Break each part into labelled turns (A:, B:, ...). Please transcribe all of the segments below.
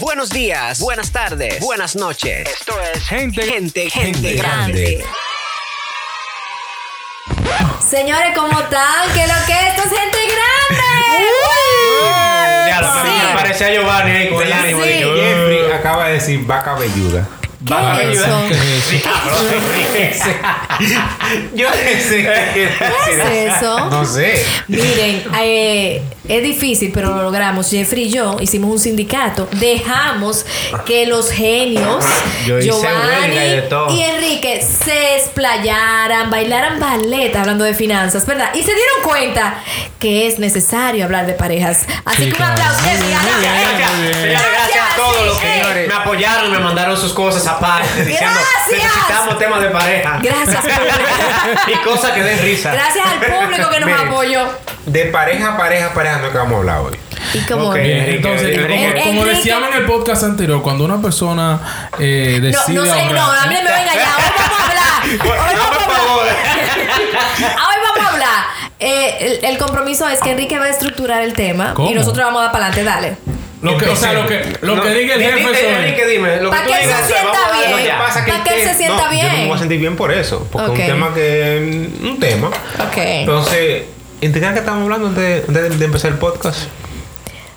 A: Buenos días, buenas tardes, buenas noches. Esto es Gente, Gente, Gente Grande.
B: Señores, ¿cómo están? ¿Qué es lo que es? esto es gente grande?
C: Ya, lo que
B: Sí.
C: me parece a Giovanni ahí con el
B: Sí.
C: ánimo.
B: Sí.
C: de que, uh,
D: Jeffrey acaba de decir vaca velluda.
C: baja
B: ¿Qué es
C: arriba.
B: eso?
C: Sí, cabrón, sí. Yo
B: ¿Qué es eso?
D: No sé.
B: Miren, eh, es difícil, pero lo logramos. Jeffrey y yo hicimos un sindicato. Dejamos que los genios,
C: Yo hice
B: Giovanni
C: huelga y de todo.
B: y Enrique, se explayaran, bailaran ballet hablando de finanzas, ¿verdad? Y se dieron cuenta que es necesario hablar de parejas. Así que un aplauso. Jeffrey, ganamos.
C: Gracias, señores, gracias a todos los que
B: eh.
C: me apoyaron, me mandaron sus cosas aparte, diciendo
B: Gracias.
C: necesitamos temas de pareja
B: Gracias, público.
C: y cosas que den risa.
B: Gracias al público que nos
D: Miren.
B: apoyó.
D: De pareja a pareja a pareja no es que vamos a hablar hoy.
B: Y como
C: Ok.
E: Bien,
C: Enrique,
E: Eh, entonces,
C: Enrique.
E: como, como
B: Enrique.
E: decíamos en el podcast anterior, cuando una persona eh,
B: No,
E: decide
B: no sé,
E: ahorrar-
B: no, a mí no me va a engañar. Hoy vamos a hablar. Hoy
C: Dame
B: vamos a
C: favor.
B: hablar. Hoy vamos a hablar. Eh, el, el compromiso es que Enrique va a estructurar el tema
E: ¿Cómo?
B: y nosotros vamos a dar para adelante, dale.
E: lo que, o sea, lo que, lo
C: No,
E: que diga el
C: di-
E: jefe
C: di-
E: sobre-
C: Enrique, dime, lo que
B: Pa'
C: tú
B: que él se
C: digas,
B: sienta
C: vamos a darlo
B: bien.
C: ya.
B: que Pa' que él se sienta
D: no, Yo no me
B: bien.
D: voy a sentir bien por eso. Porque
B: Ok.
D: es un tema que. Un tema.
B: Ok.
D: Entonces, ¿entiendes que estamos hablando antes de, antes de empezar el podcast?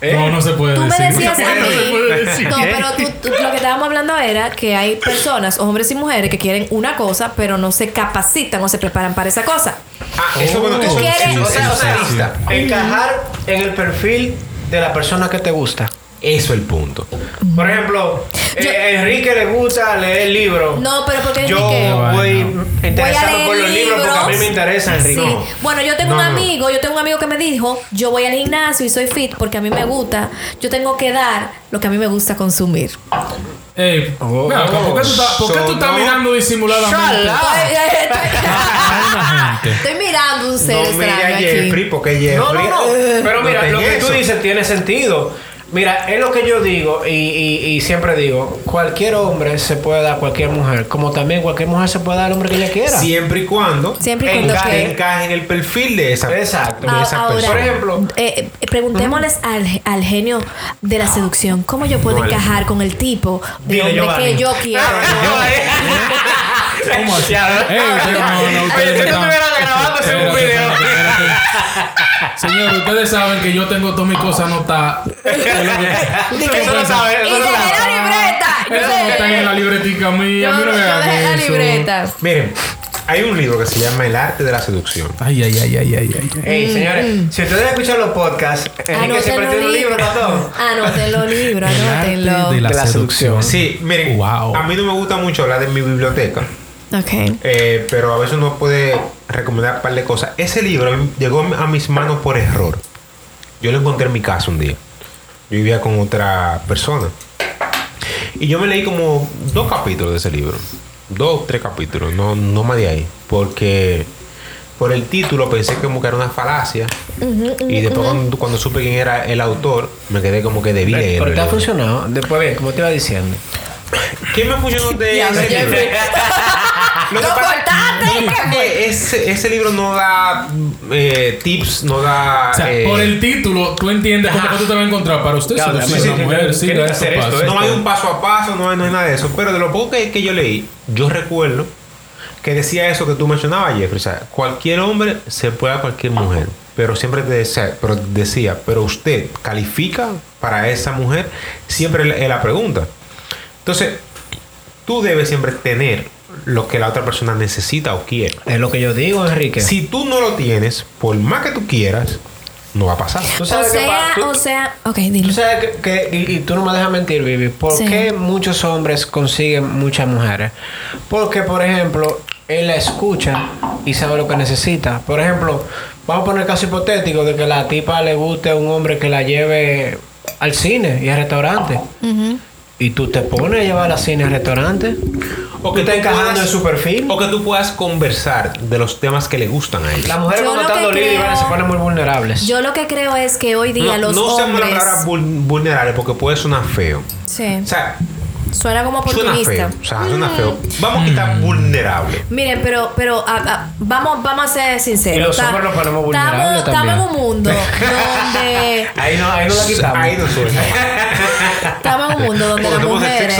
E: No, no se puede
B: Tú me
E: decir. no se
B: decías a
E: puede-
B: mí.
E: no se puede decir.
B: No, pero tú, tú- lo que estábamos hablando era que hay personas, hombres y mujeres, que quieren una cosa, pero no se capacitan o se preparan para esa cosa.
D: Ah, eso bueno,
B: ¿Tú
D: eso,
B: quieres?
D: eso-
C: O
D: eso-
C: sea, o
D: eso-
C: sea,
D: eso- eso-
C: encajar en el perfil de la persona que te gusta.
D: Eso es el punto.
C: Por ejemplo,
B: Yo-
C: eh, Enrique le gusta leer libros.
B: No, pero porque
C: Yo
B: Enrique.
C: voy interesado por los libros porque a mí
B: libros.
C: me interesa Enrique.
B: Sí.
C: No.
B: Bueno, yo tengo
D: No,
B: un
D: no.
B: amigo, yo tengo un amigo que me dijo, yo voy al gimnasio y soy fit porque a mí me gusta, yo tengo que dar lo que a mí me gusta consumir.
E: Ey,
D: Oh,
E: mira, ¿por qué tú estás, por
C: oh,
E: qué tú estás
D: sonó.
E: mirando disimuladamente?
C: Shala. Ah.
B: Estoy, estoy mirando un
D: No
B: ser
D: mire
B: extraño
D: a
B: aquí.
D: Jeffrey, porque Jeffrey.
C: No, no, no. Pero
D: No
C: mira,
D: te
C: lo que tú
D: eso.
C: dices tiene sentido. Mira, es lo que yo digo y, y- y siempre digo, cualquier hombre se puede dar a cualquier mujer, como también cualquier mujer se puede dar al hombre que ella quiera.
D: Siempre y cuando.
B: Siempre y cuando
D: encaje,
B: que-
D: encaje en el perfil de esa,
C: Exacto.
D: de
B: Ah,
D: esa
B: ahora,
D: persona.
C: Por ejemplo,
B: eh, eh, preguntémosles al, al genio de la seducción, ¿cómo yo puedo
D: No, al-
B: encajar con el tipo de
C: Dile,
B: hombre
C: Giovanni. Ah,
B: que yo quiero?
E: ¿Cómo así?
C: Ya, ¿verdad?
E: Ey, usted- no, no,
C: Oye,
E: ustedes
C: si tú
E: están-
C: estuvieras grabándose un
E: Espérate,
C: video.
E: espérate, espérate. Señor, ustedes saben que yo tengo todas mis cosas anotadas.
C: Eso lo sabes,
B: Y
C: eso lo
B: se
C: sabes.
B: me da libreta. Yo
E: Eso
B: sé.
E: está en la libretica
B: Yo,
E: mía. a mí no me
B: yo
E: hagan
B: dejé la
E: eso.
B: libreta.
D: Miren, hay un libro que se llama El arte de la seducción.
E: Ay, ay, ay, ay, ay, ay.
C: Ey, señores, si ustedes escuchan los podcasts, Enrique siempre
B: Anótenlo
C: tiene un libro para todo.
B: Anótenlo libro, anótenlo.
C: de la seducción.
D: Sí, miren,
E: Wow.
D: a mí no me gusta mucho hablar de mi biblioteca,
B: Ok.
D: eh, pero a veces uno puede recomendar un par de cosas. Ese libro llegó a mis manos por error. Yo lo encontré en mi casa un día. Yo vivía con otra persona. Y yo me leí como dos capítulos de ese libro. Dos, tres capítulos, no, no más de ahí. Porque por el título pensé que como que era una falacia. y después cuando, cuando supe quién era el autor, me quedé como que debí leerlo.
C: Pero te ha
D: el libro.
C: funcionado. Después, bien, como te iba diciendo.
D: ¿Qué me funcionó de
B: Diablo,
D: ese libro?
B: Jeffrey.
D: Lo que
B: ¡Lo
D: pasa-
B: cortaste! ¿Qué fue?
D: Eh, Ese, ese libro no da eh, tips, no da.
E: O sea,
D: eh,
E: por el título, tú entiendes cómo tú te vas a encontrar. Para usted,
C: Claro,
E: seducir
C: sí,
E: a
C: sí,
E: una mujer,
C: claro.
E: sí,
C: Tiene
E: da
C: que
E: esos
C: ser esto,
E: pasos.
C: esto.
D: no hay un paso a paso, no hay, no hay nada de eso. Pero de lo poco que, que yo leí, yo recuerdo que decía eso que tú mencionabas, Jeffrey. O sea, cualquier hombre se puede a cualquier mujer. Pero siempre te decía pero, decía, pero usted califica para esa mujer, siempre es la- es la pregunta. Entonces, tú debes siempre tener lo que la otra persona necesita o quiere.
C: Es lo que yo digo, Enrique.
D: Si tú no lo tienes, por más que tú quieras, no va a pasar.
C: Tú
B: O
C: sabes que
B: sea,
C: pa- tú-
B: o sea. Ok,
C: tú
B: dilo.
C: sabes que, que- y, y tú no me dejas mentir, Vivi. ¿Por
B: Sí.
C: qué muchos hombres consiguen muchas mujeres? Porque, por ejemplo, él la escucha y sabe lo que necesita. Por ejemplo, vamos a poner el caso hipotético de que la tipa le guste a un hombre que la lleve al cine y al restaurante. Y tú te pones a llevar al cine y al restaurante. O que está encajando en su perfil.
D: O que tú puedas conversar de los temas que le gustan a ella.
C: Las mujeres
B: Yo
C: cuando
B: lo
C: están
B: que
C: dolidas y
B: creo-
C: van, se ponen muy vulnerables.
B: Yo lo que creo es que hoy día
D: No,
B: los
D: no usemos la
B: hombres.
D: palabra vul- vulnerable porque puede sonar feo.
B: Sí.
D: O sea,
B: Suena como
D: suena feo.
B: oportunista.
D: O sea, suena feo. Vamos a
C: Mm.
D: quitar vulnerable.
B: Miren, pero, pero ah, ah, vamos, vamos a ser sinceros.
C: Y los
B: Ta-
C: hombres nos ponemos
B: estamos-
C: vulnerables
B: Estamos en
C: también.
B: un mundo donde
C: Ahí no, ahí no la quitamos.
D: Ahí no suena.
B: Estamos en un mundo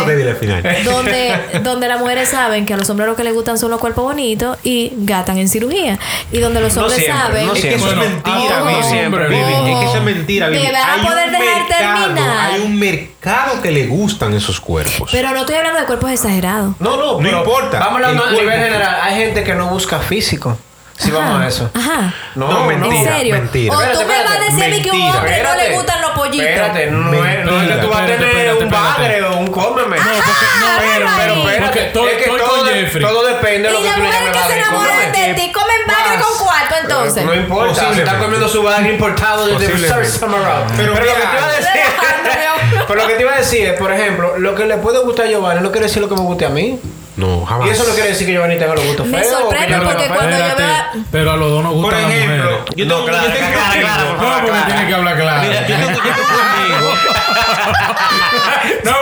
D: débil al final.
B: donde, donde las mujeres saben que a los hombres lo que les gustan son los cuerpos bonitos y gatan en cirugía. Y donde los
C: No
B: hombres
C: siempre,
B: saben.
C: no
D: Es que eso es
E: Bueno,
D: mentira,
E: ah,
D: Vivi.
E: no siempre,
D: Vivi,
E: Vivi.
D: Es que eso es mentira, Vivi.
B: Me vas a
D: Hay
B: poder
D: un
B: dejar
D: mercado,
B: terminar.
D: Hay un mercado que le gustan esos cuerpos.
B: Pero no estoy hablando de cuerpos exagerados.
C: No, no,
D: No
C: pero
D: importa.
C: Vamos hablando
D: El
C: a nivel
D: cuerpo.
C: general. Hay gente que no busca físico. Si
B: Ajá,
C: vamos a eso.
B: Ajá.
C: No,
D: No,
B: ¿En
D: mentira,
B: serio?
D: mentira.
B: O tú
C: Espérate,
B: me vas a
C: espérate,
B: decir a mí que un
D: mentira.
B: hombre no le gustan los pollitos.
C: Espérate, no, es, no es que tú vas a
E: Espérate,
C: tener
E: espérate,
C: un
E: espérate.
C: bagre o un cómeme.
B: Ah,
E: No, porque- no,
C: pero, pero
B: Porque
C: espérate.
E: todo-
C: es que
E: todo
C: todo,
E: con
C: de-
E: Jeffrey.
C: todo depende de lo
B: ah, Y
C: que
B: las
C: tú le
B: mujeres que
C: llames
B: se
C: bagre.
B: enamoran de
C: Cómeme.
B: ti comen bagre
C: Más.
B: con cuarto, entonces.
C: No importa, se está
D: Posiblemente.
C: comiendo su bagre importado desde
D: Posiblemente.
C: Sir
E: Ah.
C: Summerall.
D: Pero
C: Pero, lo que
D: mira.
C: te iba a decir. pero lo que te iba a decir es, por ejemplo, lo que le puede gustar a Giovanni no quiere decir lo que me guste a mí.
D: No, jamás.
C: Y eso no quiere decir que Giovanni tenga los gustos
B: Me
C: feos. o que
B: sorprende
C: yo-
B: porque cuando yo
E: Espérate,
B: vea-
E: Pero a los dos nos
D: Por
E: gustan las
D: ejemplo,
E: mujeres.
D: yo
C: No,
D: tengo,
C: claro,
D: yo tengo
C: claro,
D: un
C: claro,
D: amigo-
E: No, porque tiene que hablar claro.
D: Mira, yo tengo, yo tengo un amigo.
E: No,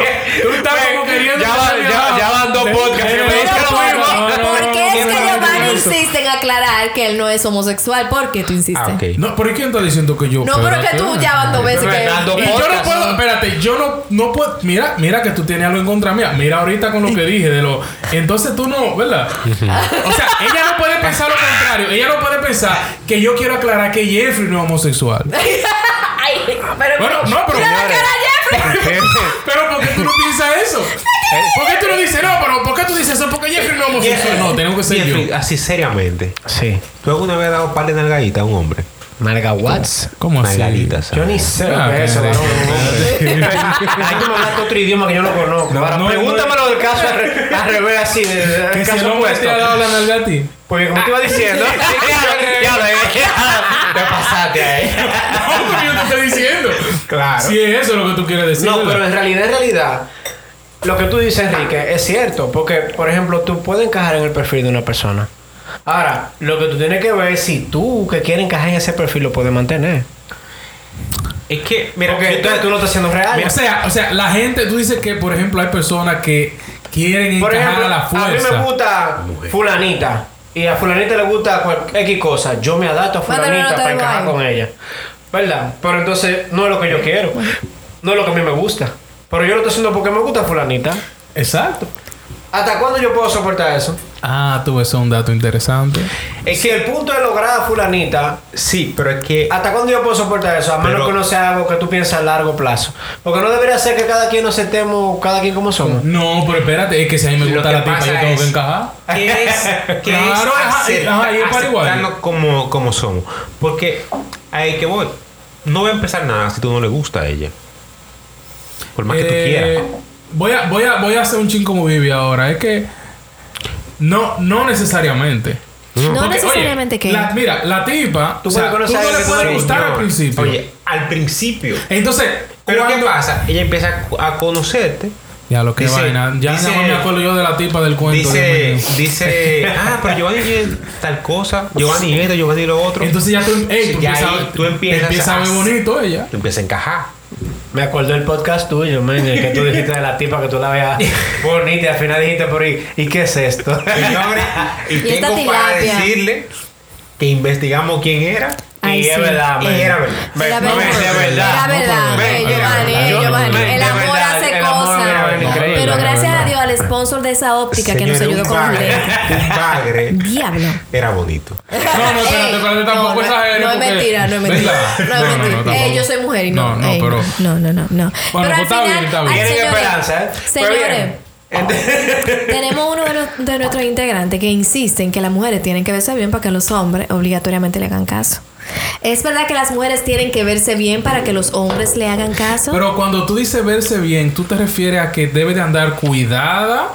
E: tú estás
C: Ven,
E: como queriendo.
C: ya van- ya- ya van dos podcasts que me
E: Ven,
C: dicen que lo
E: no,
C: mismo.
E: no, no,
B: ¿Por qué es
E: no,
B: que
E: no,
B: Giovanni
E: no,
B: insiste en aclarar que él no es homosexual? ¿Por qué tú insistes?
D: Ah, ok.
E: No, pero ¿y quién está diciendo que yo?
B: No, pero que
E: Espérate.
B: tú ya van dos veces que...
C: Fernando,
E: Y
B: Eh,
E: yo no
C: Podcast,
E: puedo,
C: ¿no?
E: espérate, yo no, no puedo. Mira, mira que tú tienes algo en contra mía. Mira ahorita con lo que dije de lo. Entonces tú no, ¿verdad? O sea, ella no puede pensar lo contrario. Ella no puede pensar que yo quiero aclarar que Jeffrey no es homosexual.
B: Ay, pero...
E: Bueno, no, pero.
B: Mira la cara de Jeffrey.
E: Pero ¿por qué tú no piensas eso? ¿Eh? ¿Por qué tú no dices no? Pero ¿por qué tú dices eso? Porque Jeffrey no es homosexual. No, tengo que ser yo.
D: Jeffrey, Así seriamente.
C: Sí.
D: ¿Tú alguna vez has dado un par de nalgaditas a un hombre?
C: Marga Watts.
E: ¿Cómo así?
D: Nalgaditas.
C: Yo ni sé lo
E: Ah,
C: que es eso,
E: ok.
C: varón. Hay que hablaste otro idioma que yo no conozco.
E: No,
C: Ahora,
E: no,
C: Pregúntamelo del caso al re- al revés, así, de- de-
E: Que
C: del
E: si
C: caso
E: no me
C: opuesto.
E: te ha dado la nalga a ti.
C: Porque como te iba diciendo, ya lo te pasaste ahí.
E: No, porque yo te estoy diciendo.
D: Claro.
E: Si es eso lo que tú quieres decir.
C: No,
E: ¿verdad?
C: pero en realidad, en realidad, lo que tú dices, Enrique, es cierto. Porque, por ejemplo, tú puedes encajar en el perfil de una persona. Ahora, lo que tú tienes que ver es si tú que quieres encajar en ese perfil lo puedes mantener.
D: Es que, mira,
C: Porque
D: yo te-
C: entonces tú no estás siendo real.
E: O sea, o sea, la gente, tú dices que, por ejemplo, hay personas que quieren
C: Por
E: encajar
C: ejemplo,
E: a la
C: a mí
E: fuerza.
C: me gusta fulanita y a fulanita le gusta cual- X cosa. Yo me adapto a
B: Bueno,
C: fulanita
B: no, no te
C: para
B: digo
C: encajar
B: algo.
C: con ella. ¿Verdad? Pero entonces no es lo que yo quiero. No es lo que a mí me gusta. Pero yo lo estoy haciendo porque me gusta fulanita.
E: Exacto.
C: ¿Hasta cuándo yo puedo soportar eso?
E: Ah, tú ves un dato interesante.
C: Si el punto es lograr a fulanita,
D: sí, pero es que
C: ¿hasta cuándo yo puedo soportar eso? A menos
D: Pero-
C: que no sea algo que tú piensas a largo plazo. Porque no debería ser que cada quien nos estemos, cada quien como somos.
E: No, pero espérate, es que si a mí me
D: Lo
E: gusta
D: que
E: la tipa,
D: pasa
E: yo tengo
D: es-
E: que encajar.
D: que es, que
E: Claro,
D: es
E: ajá,
D: acepta-
E: ajá, y es para igual.
D: aceptarnos como, como somos. Porque ahí que voy. No va a empezar nada si tú no le gusta a ella. Por más que tú
E: Eh,
D: quieras.
E: Voy a, voy, a, voy a hacer un chin como Vivi ahora. Es que no, no necesariamente.
B: No
E: Porque, oye,
B: necesariamente que...
E: la- mira, la tipa,
C: Tú
E: o sea, tú
C: puedes conocer
E: no
C: a
E: le
C: alguien que
E: puedes
C: no le
E: gustar
D: Señor,
E: al principio.
D: Oye, al principio.
E: Entonces,
D: Pero ¿qué
E: cuando-
D: pasa? Ella empieza a conocerte.
E: Ya lo que
D: Dice-
E: vaina. Ya
D: dice-
E: no me acuerdo yo de la tipa del cuento.
D: Dice,
E: Dios mío. Pues
D: dice, ah, pero Giovanni es tal cosa, Giovanni esto, Giovanni lo otro.
E: Entonces ya tú, em-, ey, tú
D: Ya
E: empiezas,
D: ahí
E: a-
D: tú empiezas
E: empieza a ver
D: a-
E: bonito ella.
D: Te empieza a encajar.
C: Me acordé del podcast tuyo, man, en el que tú dijiste de la tipa que tú la veas bonita y al final dijiste, por ahí, ¿y qué es esto?
D: Señores, y
B: Y esta
D: tengo para
B: tilapia.
D: decirle que investigamos quién era.
B: Ay,
C: y es
B: sí.
C: verdad, man.
D: Y era verdad.
B: Era verdad.
C: Ven, ven, de verdad.
B: Era verdad.
D: No,
B: eh,
D: pero-
B: Giovanni,
D: Ven,
B: eh,
D: yo-
B: Giovanni.
D: ven,
B: El
D: de
B: amor
C: verdad,
B: hace
C: el amor me va a venir
B: cosas.
E: increíble,
B: Pero
E: de
B: gracias
E: verdad.
B: a Dios al sponsor de esa óptica que nos
D: Señores,
B: ayudó
D: un
B: con
D: bagre,
B: el lente.
D: un bagre
B: Diablo.
D: era bonito.
E: No, no, espérate,
B: Ey,
E: espérate,
B: no,
E: tampoco
B: no,
E: exageres,
B: No es
E: porque-
B: mentira, no es
E: ¿Verdad?
B: mentira. No
E: No, no,
B: es
E: no,
B: mentira.
E: tampoco.
B: Ey, yo soy mujer y no.
E: No, no,
B: ey,
E: pero-
B: No, no, no, no. Pero
E: pues
B: al
E: está bien, está
B: final,
E: bien.
B: ay,
C: Tienen
B: señores,
C: esperanza, ¿eh? Pero bien.
B: Señores, Pues tenemos uno de, los- de nuestros integrantes que insiste en que las mujeres tienen que verse bien para que los hombres obligatoriamente le hagan caso. ¿Es verdad que las mujeres tienen que verse bien para que los hombres le hagan caso?
E: Pero cuando tú dices verse bien, ¿tú te refieres a que debe de andar cuidada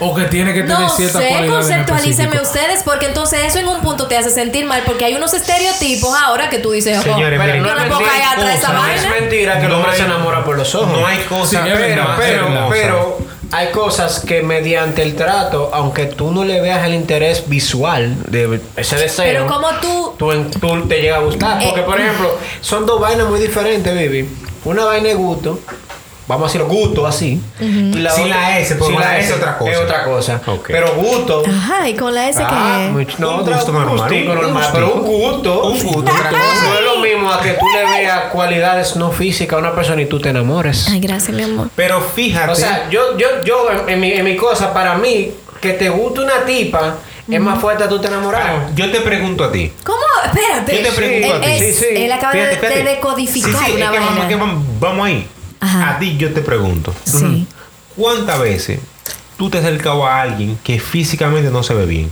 E: o que tiene que tener
B: No
E: cierta
B: sé, conceptualícenme
E: usted.
B: ustedes, porque entonces eso en un punto te hace sentir mal, porque hay unos estereotipos ahora que tú dices, "Ojo,
D: Señores,
B: yo
D: miren,
B: no
D: no
B: le
D: es
B: puedo caer atrás a esa
D: cosa,
C: No es
B: vaina.
C: mentira que el
D: No
C: hombre
D: hay-
C: se enamora por los ojos.
D: No hay cosa.
E: Sí, es
C: pero,
E: verdad,
C: pero,
E: es verdad.
C: pero hay cosas que mediante el trato, aunque tú no le veas el interés visual de ese deseo,
B: Pero como tú,
C: tú, en- tú te llega a gustar. Porque,
B: Eh.
C: por ejemplo, son dos vainas muy diferentes, baby. Una vaina de gusto. Vamos a decir gusto así. y
D: Sin
C: otra-
D: la S, porque
C: sin
D: con la S es pues, otra cosa.
C: Es otra cosa.
D: Ok.
C: Pero gusto.
B: ajá, y con la S
C: Ah,
B: que
C: muy- no,
D: Un
C: otra-
D: gusto
C: un
D: normal,
C: gustico
D: un
C: normal,
D: gustico.
C: pero un gusto.
D: Un gusto, otra cosa.
C: No es lo mismo mismo a que tú le veas cualidades no físicas a una persona y tú te enamores.
B: Ay, gracias, mi amor.
D: Pero fíjate.
C: O sea, yo, yo, yo en, en mi, en mi cosa, para mí, que te guste una tipa, es más fuerte a tú te enamorar.
D: yo te pregunto a ti.
B: ¿Cómo? Espérate.
D: Yo te pregunto a ti.
B: Él,
D: Sí,
B: es-
C: sí.
B: él acaba
D: Fíjate,
B: de-
D: fíjate.
B: de decodificar
D: Sí, sí, es
B: una
D: que vamos,
B: vaina.
D: que vamos, vamos ahí.
B: Ajá.
D: A ti yo te pregunto.
B: Sí.
D: ¿Cuántas veces tú te has acercado a alguien que físicamente no se ve bien?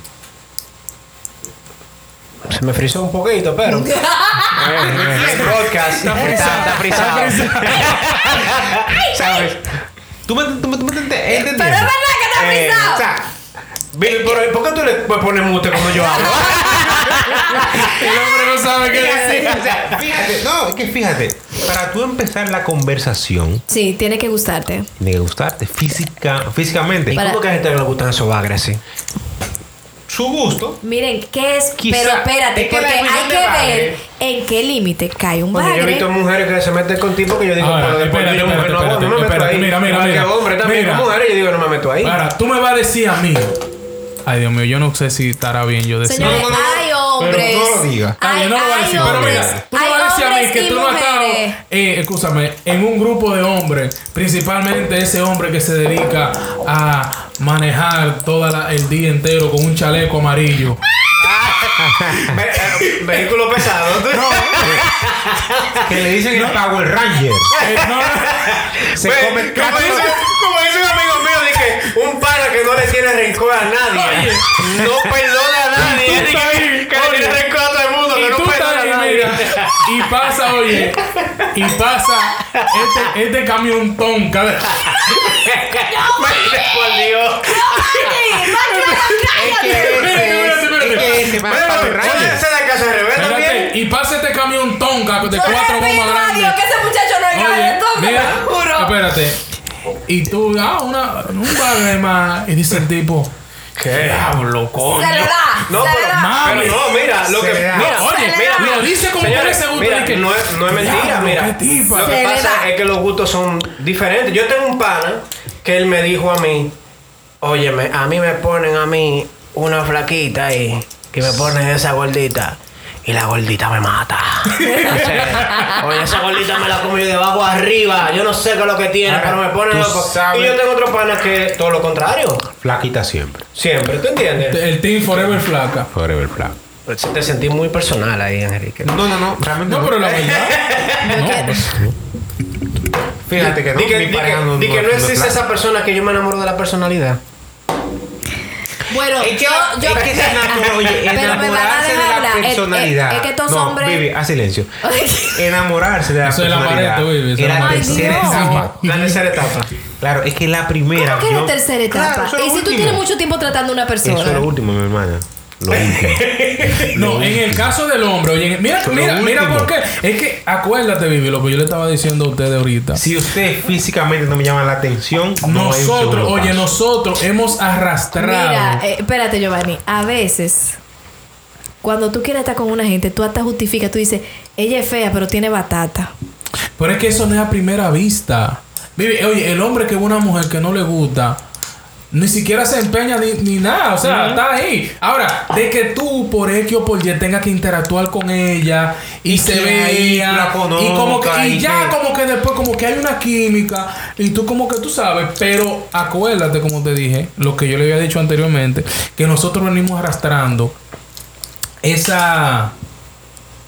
D: Ah.
C: Se me frizó un poquito, pero. Eh, eh, podcast. Está
E: frizado.
C: frizado.
D: ¿Sabes? Tú me, tú me, tú me ent- entendiste.
B: Pero es verdad que está
D: Eh,
B: frisado.
D: o sea,
C: Bien, pero ¿por qué tú le pones mute cuando yo hablo?
E: El hombre no sabe qué decir.
D: o sea, fíjate, no, es que fíjate, para tú empezar la conversación,
B: Sí, tiene que gustarte.
D: tiene que gustarte física, físicamente.
B: Para-
C: ¿Cómo que a gente no le gustan esos bagres así?
D: Su gusto,
B: Miren, ¿qué es?
D: Quizá-
B: pero espérate,
D: es que la
B: porque hay
D: definición de
B: que ver
D: bagre-
B: en qué límite cae un
C: Porque yo he
B: bagre.
C: visto mujeres que se meten con tipos que yo digo,
E: Ahora,
C: pero después
E: espérate,
C: yo mujer no
E: espérate,
C: no me meto
E: espérate,
C: ahí.
E: mira, mira,
C: Porque
E: mira.
C: hombre también
E: Mira.
C: con mujeres yo digo, no me meto ahí.
E: Ahora, tú me vas a decir a mí. Ay, Dios mío, yo no sé si estará bien yo decir.
B: Señores,
D: No, no, no,
B: hay hombres.
D: pero no lo diga.
E: Está
B: Hay,
E: bien, no lo voy a
B: hay
E: decir, pero
B: hombres.
E: mira, tú me
B: hay
E: vas a decir a
B: hombres
E: mí que
B: y
E: tú no has estado,
B: mujeres.
E: eh, escúchame, en un grupo de hombres, principalmente ese hombre que se dedica a manejar todo el día entero con un chaleco amarillo.
C: Ve- eh, Vehículo pesado.
E: Ah.
D: que le dicen el Power Ranger.
E: Eh, no,
C: Se
D: Ve,
C: come
D: como dice-
C: como dice un amigo mío, dije, un pana que no le tiene rencor a nadie. No perdona a
E: tú
C: nadie.
E: estás ahí, oye.
C: a todo el mundo,
E: y tú estás ahí, mira, y pasa, oye, y pasa este, este camión tonca.
D: Espérate, espérate. Power Ranger.
C: ¿Puedes hacer la casa al revés también?
E: Espérate, y pasa este camión tonca de
B: Yo le pido
E: cuatro gomas
B: a
E: grandes.
B: Dios que ese muchacho no
E: Oye,
B: engañe, entonces, te
E: mira,
B: lo juro.
E: Espérate. Y tú, ah, una, un bagre más. Y dice el tipo, ¿qué diablo, coño?
B: Se le da,
C: No,
B: se le
C: pero-
B: da.
E: Mami.
C: Pero no, mira, lo
D: Se
C: que.
D: le da.
E: Mira,
C: Mira,
E: oye,
B: se le
E: mira,
B: da.
E: mira, dice como
C: Señores,
E: parece gusto.
C: mira,
E: y que,
C: no es, no es mentira,
E: "Diablo,
C: mira.
E: qué tipo".
C: Lo que
B: Se le da.
C: pasa es que los gustos son diferentes. Yo tengo un pana que él me dijo a mí, óyeme, a mí me ponen a mí una flaquita ahí, que me ponen esa gordita. Y la gordita me mata. Oye, esa gordita me la como yo de abajo arriba. Yo no sé qué es lo que tiene,
D: Ahora,
C: pero me
D: tú
C: ponen loco.
D: sabes-
C: Y yo tengo otro pana que es todo lo contrario.
D: Flaquita siempre.
C: Siempre, ¿tú entiendes? Pues
E: El Team Forever Flaca.
D: Forever flaco.
C: Te sentí muy personal ahí, Enrique.
D: No, no, no. Realmente
E: No, pero la verdad. no, pues,
D: Fíjate que no.
C: Di que,
D: mi
C: di
D: pareja
C: que- di que no
D: es
C: existe
D: flaca.
C: esa persona que yo me enamoro de la personalidad.
B: Bueno,
D: Es que-
B: yo, yo
D: es que se enamoró, oye,
B: pero me van a
D: enamorarse de
B: dejar
D: la
B: hablar. Es- es-
D: personalidad.
B: Es, que estos
D: no,
B: hombres.
D: Baby, a silencio. Enamorarse de la
E: Eso es la
D: personalidad.
E: pared, baby, eso es
D: Era
E: la
D: la
B: pared.
D: tercera
B: Ay, Dios.
D: etapa.
C: La tercera etapa.
D: Claro, es que la
B: ¿Cómo
D: primera.
B: que es la
D: yo-
B: tercera etapa?
D: Claro, eso es lo
B: y si tú
D: último.
B: tienes mucho tiempo tratando a una persona.
D: Eso es lo último, mi hermana. Lo último.
E: no, en el caso del hombre, oye, mira,
D: Lo
E: mira, mira
D: último.
E: por qué. Es que acuérdate, Vivi, lo que yo le estaba diciendo a ustedes ahorita.
D: Si usted físicamente no me llama la atención, no hay un
E: Nosotros,
D: segundo
E: oye,
D: paso.
E: nosotros hemos arrastrado.
B: Mira, eh, espérate, Giovanni. A veces, cuando tú quieres estar con una gente, tú hasta justificas, tú dices, ella es fea, pero tiene batata.
E: Pero es que eso no es a primera vista. Vivi, oye, el hombre que ve una mujer que no le gusta, ni siquiera se empeña ni, ni nada. O sea, está ahí. Ahora, de que tú por X o por Y tengas que interactuar con ella y, se
D: que ahí
E: vea.
D: la
E: y como
D: conozca
E: que, y
D: y
E: ya
D: que-
E: como que después como que hay una química y tú como que tú sabes. Pero acuérdate, como te dije, lo que yo le había dicho anteriormente, que nosotros venimos arrastrando esa...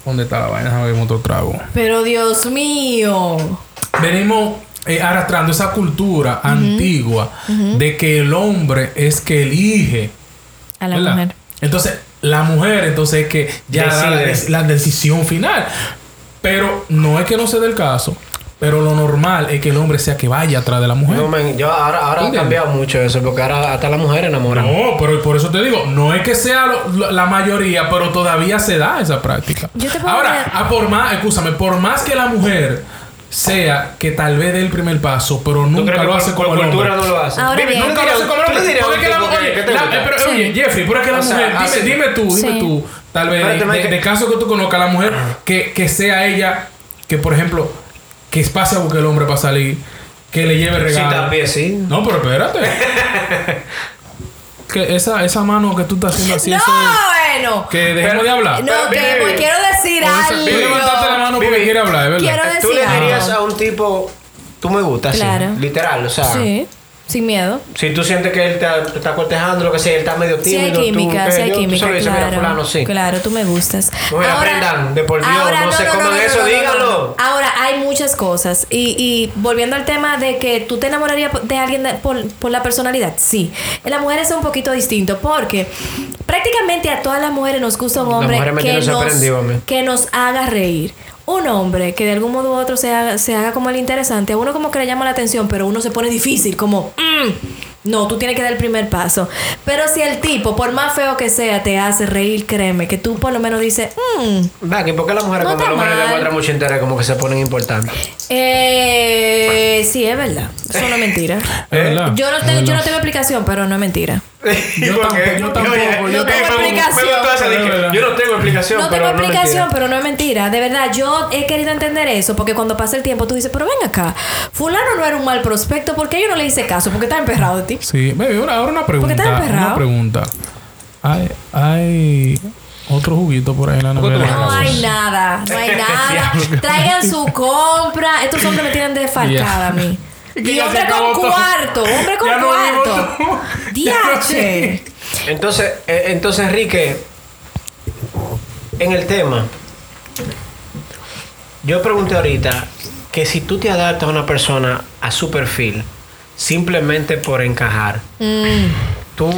E: ¿Dónde está la vaina? Déjame ver otro trago
B: Pero Dios mío.
E: venimos eh, arrastrando esa cultura antigua de que el hombre es que elige
B: A la
E: ¿verdad?
B: mujer.
E: Entonces, la mujer entonces es que ya da la,
C: Decide.
E: la decisión final. Pero no es que no se dé el caso, pero lo normal es que el hombre sea que vaya atrás de la mujer.
C: No,
E: No,
C: man, yo ahora, ahora ha
E: ¿Entiendes?
C: cambiado mucho eso, porque ahora hasta la mujer enamora.
E: pero por eso te digo, no es que sea lo- lo- la mayoría, pero todavía se da esa práctica.
B: Yo te puedo
E: Ahora,
B: ver-
E: a por más, escúchame, por más que la mujer sea que tal vez dé el primer paso, pero
C: ¿Tú
E: nunca
C: crees
E: lo
C: que
E: hace
C: por-
E: como
C: por
E: el hombre.
C: cultura no lo hace?
B: Ahora bien.
E: Nunca lo hace como el hombre.
C: ¿Tú dirías
E: Porque
C: un
E: la-
C: tipo que-
E: oye,
C: que te
E: la-
C: gusta?
E: eh, pero, oye,
B: Sí.
E: Jeffrey, pero es que la
C: O sea,
E: mujer, dime,
C: así.
E: dime tú, dime
B: Sí. Ah.
E: tú, tal vez,
C: Espérate,
E: de,
C: Mike.
E: de caso que tú conozcas a la mujer, que, que sea ella, que por ejemplo, que pase a buscar el hombre para salir, que le lleve
C: Sí,
E: regalo.
C: también, sí.
E: No, pero espérate. que esa, esa mano que tú estás haciendo así,
B: No,
E: eso es-
B: bueno.
E: que dejemos de hablar.
B: No, que pues, quiero decir
E: O esa- tú levantaste la
B: algo.
E: mano porque
C: Vivi,
E: quiere hablar, es verdad.
B: Quiero
C: Tú le
B: decir
C: dirías
B: algo.
C: a un tipo, tú me gustas,
B: Claro.
C: sí, literal, o sea.
B: Sí, sin miedo.
C: Si tú sientes que él te te está cortejando, lo que sea, él está medio
B: Si hay
C: tímido.
B: química,
C: tú,
B: si hay
C: eh, yo- tú
B: química,
C: solo dices, mira,
B: claro.
C: fulano, sí.
B: Claro, tú me gustas.
C: Mujer, aprendan, de por Dios, no se coman eso, díganlo.
B: Ahora, hay muchas cosas. Y, y volviendo al tema de que tú te enamorarías po- de alguien de- por, por la personalidad, sí. En las mujeres es un poquito distinto porque prácticamente a todas las mujeres nos gusta un hombre
C: mujeres me
B: que
C: tienen
B: nos,
C: sorprendido a mí.
B: que nos haga reír. Un hombre que de algún modo u otro se haga, se haga como el interesante, a uno como que le llama la atención, pero uno se pone difícil, como, "Mm, no, tú tienes que dar el primer paso. Pero si el tipo, por más feo que sea, te hace reír, créeme, que tú por lo menos dices, "Mm,
C: Vaki, ¿por qué las mujeres
B: No
C: como
B: está
C: el hombre le
B: mal.
C: encuentran mucho interés como que se ponen importantes?
B: eh, sí, es verdad, eso no es mentira.
E: Es verdad,
B: Yo no,
E: es
B: tengo, yo no
E: verdad.
B: tengo explicación, pero no es mentira.
E: Yo tampoco, yo tampoco, yo
B: no tengo
C: me- me
B: explicación.
C: gustó esa de que
E: Es verdad.
C: Yo no tengo explicación,
B: No
C: pero
B: tengo explicación,
C: no
B: pero no es mentira. De verdad, yo he querido entender eso porque cuando pasa el tiempo tú dices, pero ven acá, fulano no era un mal prospecto, ¿por qué yo no le hice caso? Porque está emperrado de ti.
E: Sí, baby, una- ahora una
B: qué
E: pregunta.
B: estás emperrado?
E: Una pregunta. Hay, hay otro juguito por ahí en la
D: qué tú
E: nevera.
D: vas
B: No hay nada, no hay nada. Traigan su compra. Estos hombres me tienen desfalcada a mí.
E: que
B: Y
E: ya se
B: hombre
E: acabó
B: con
E: todo.
B: cuarto, hombre con
E: Ya no vivo
B: cuarto.
E: tú. Ya no
B: Diache.
E: vivo.
C: mentira. Entonces, eh, entonces, Enrique, en el tema, yo pregunté ahorita que si tú te adaptas a una persona a su perfil simplemente por encajar,
B: Mm.
C: tú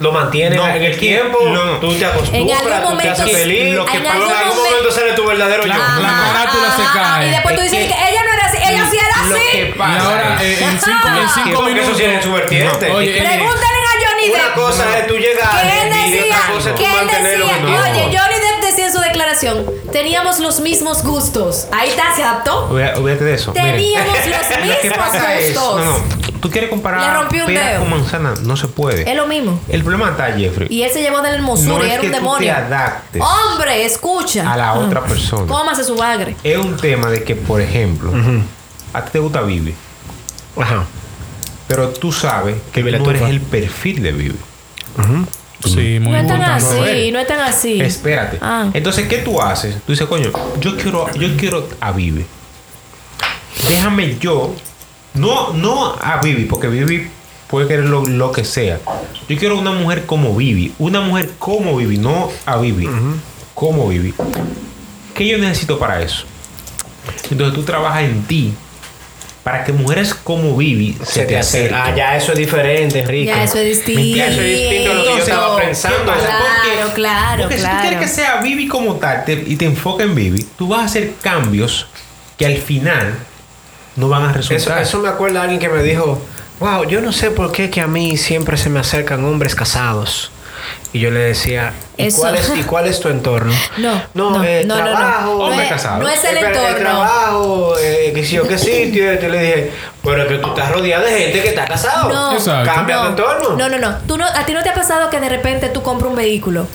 C: lo mantienes
D: No,
C: en el tiempo,
D: no.
C: tú te acostumbras,
B: algún
C: tú te
B: momento
C: haces
B: sí.
C: feliz,
B: Lo que
C: en
B: pasa-
C: algún momento sale tu verdadero yo.
E: La- la
B: Ajá,
E: carátula se
B: ajá, ajá.
E: cae.
B: Y después tú
C: Es
B: dices
C: que-
B: que ella no era así, ella sí era
C: Lo que
B: así.
E: Y
C: pasa es
E: ahora eh, en cinco, en
B: Que
E: cinco
C: porque
E: minutos.
C: eso tiene su vertiente.
E: Oye, eh,
B: Pregúntenle a Johnny
C: Una
B: Depp.
C: cosa es tú llegar
B: que él
C: y
B: decía,
C: otra cosa es tú
B: que él
C: mantener lo
B: decía,
C: que tú-
B: oye, Johnny Depp decía en su declaración, teníamos los mismos gustos. Ahí está, se adaptó.
D: Olvida- Olvídate de eso. Miren,
B: Teníamos los
D: lo que
B: mismos
D: pasa es. No,
B: gustos.
D: no. Tú quieres
B: Le
D: comparar
B: rompí un
D: pera
B: dedo.
D: con manzana. No se puede.
B: Es lo mismo.
D: El problema está, Jeffrey.
B: Y él se llevó de la hermosura
D: No
B: y
D: es
B: era
D: que
B: un
D: tú te
B: demonio. Oh.
D: adaptes.
B: Hombre, escucha. Ah,
D: a la otra persona.
B: Cómase su bagre.
D: Es un tema de que, por ejemplo, a ti te gusta Vivi,
C: Ajá.
D: pero tú sabes que
C: Vivi la
D: tú eres
C: tufa.
D: el perfil de Vivi.
E: eh, Sí, muy
B: No es tan
E: importante.
B: así, no es tan así.
D: Espérate.
B: Ah.
D: Entonces, ¿qué tú haces? Tú dices, coño, yo quiero, yo quiero a Vivi. Déjame yo. No, no a Vivi, porque Vivi puede querer lo, lo que sea. Yo quiero una mujer como Vivi. Una mujer como Vivi, no a Vivi. Como Vivi. ¿Qué yo necesito para eso? Entonces tú trabajas en ti para que mujeres como Vivi se, te acerquen.
C: Ah, ya eso es diferente, Enrique.
B: Ya eso es distinto.
C: Ya eso es distinto a lo que yo estaba pensando.
D: O sea,
B: Claro, claro,
D: porque si tú
B: claro.
D: quieres que sea Vivi como tal te- y te enfoca en Vivi, tú vas a hacer cambios que al final no van a
C: Eso,
D: resultar.
C: eso me acuerda a alguien que me dijo, wow, yo no sé por qué que a mí siempre se me acercan hombres casados. Y yo le decía, ¿y,
B: Eso.
C: cuál, es, y cuál es tu entorno?
B: No,
C: no,
B: no,
C: eh,
B: no, no, no.
C: trabajo,
B: No
D: hombre
B: es-
D: casado.
B: No es el
C: eh, pero, eh,
B: entorno.
C: trabajo, eh, qué sé yo, qué sitio. Y yo le dije, pero que tú estás rodeado de gente que está casado.
B: No.
E: Exacto.
C: Cambia tu entorno.
B: No, no, no. Tú no. A ti no te ha pasado que de repente tú compras un vehículo.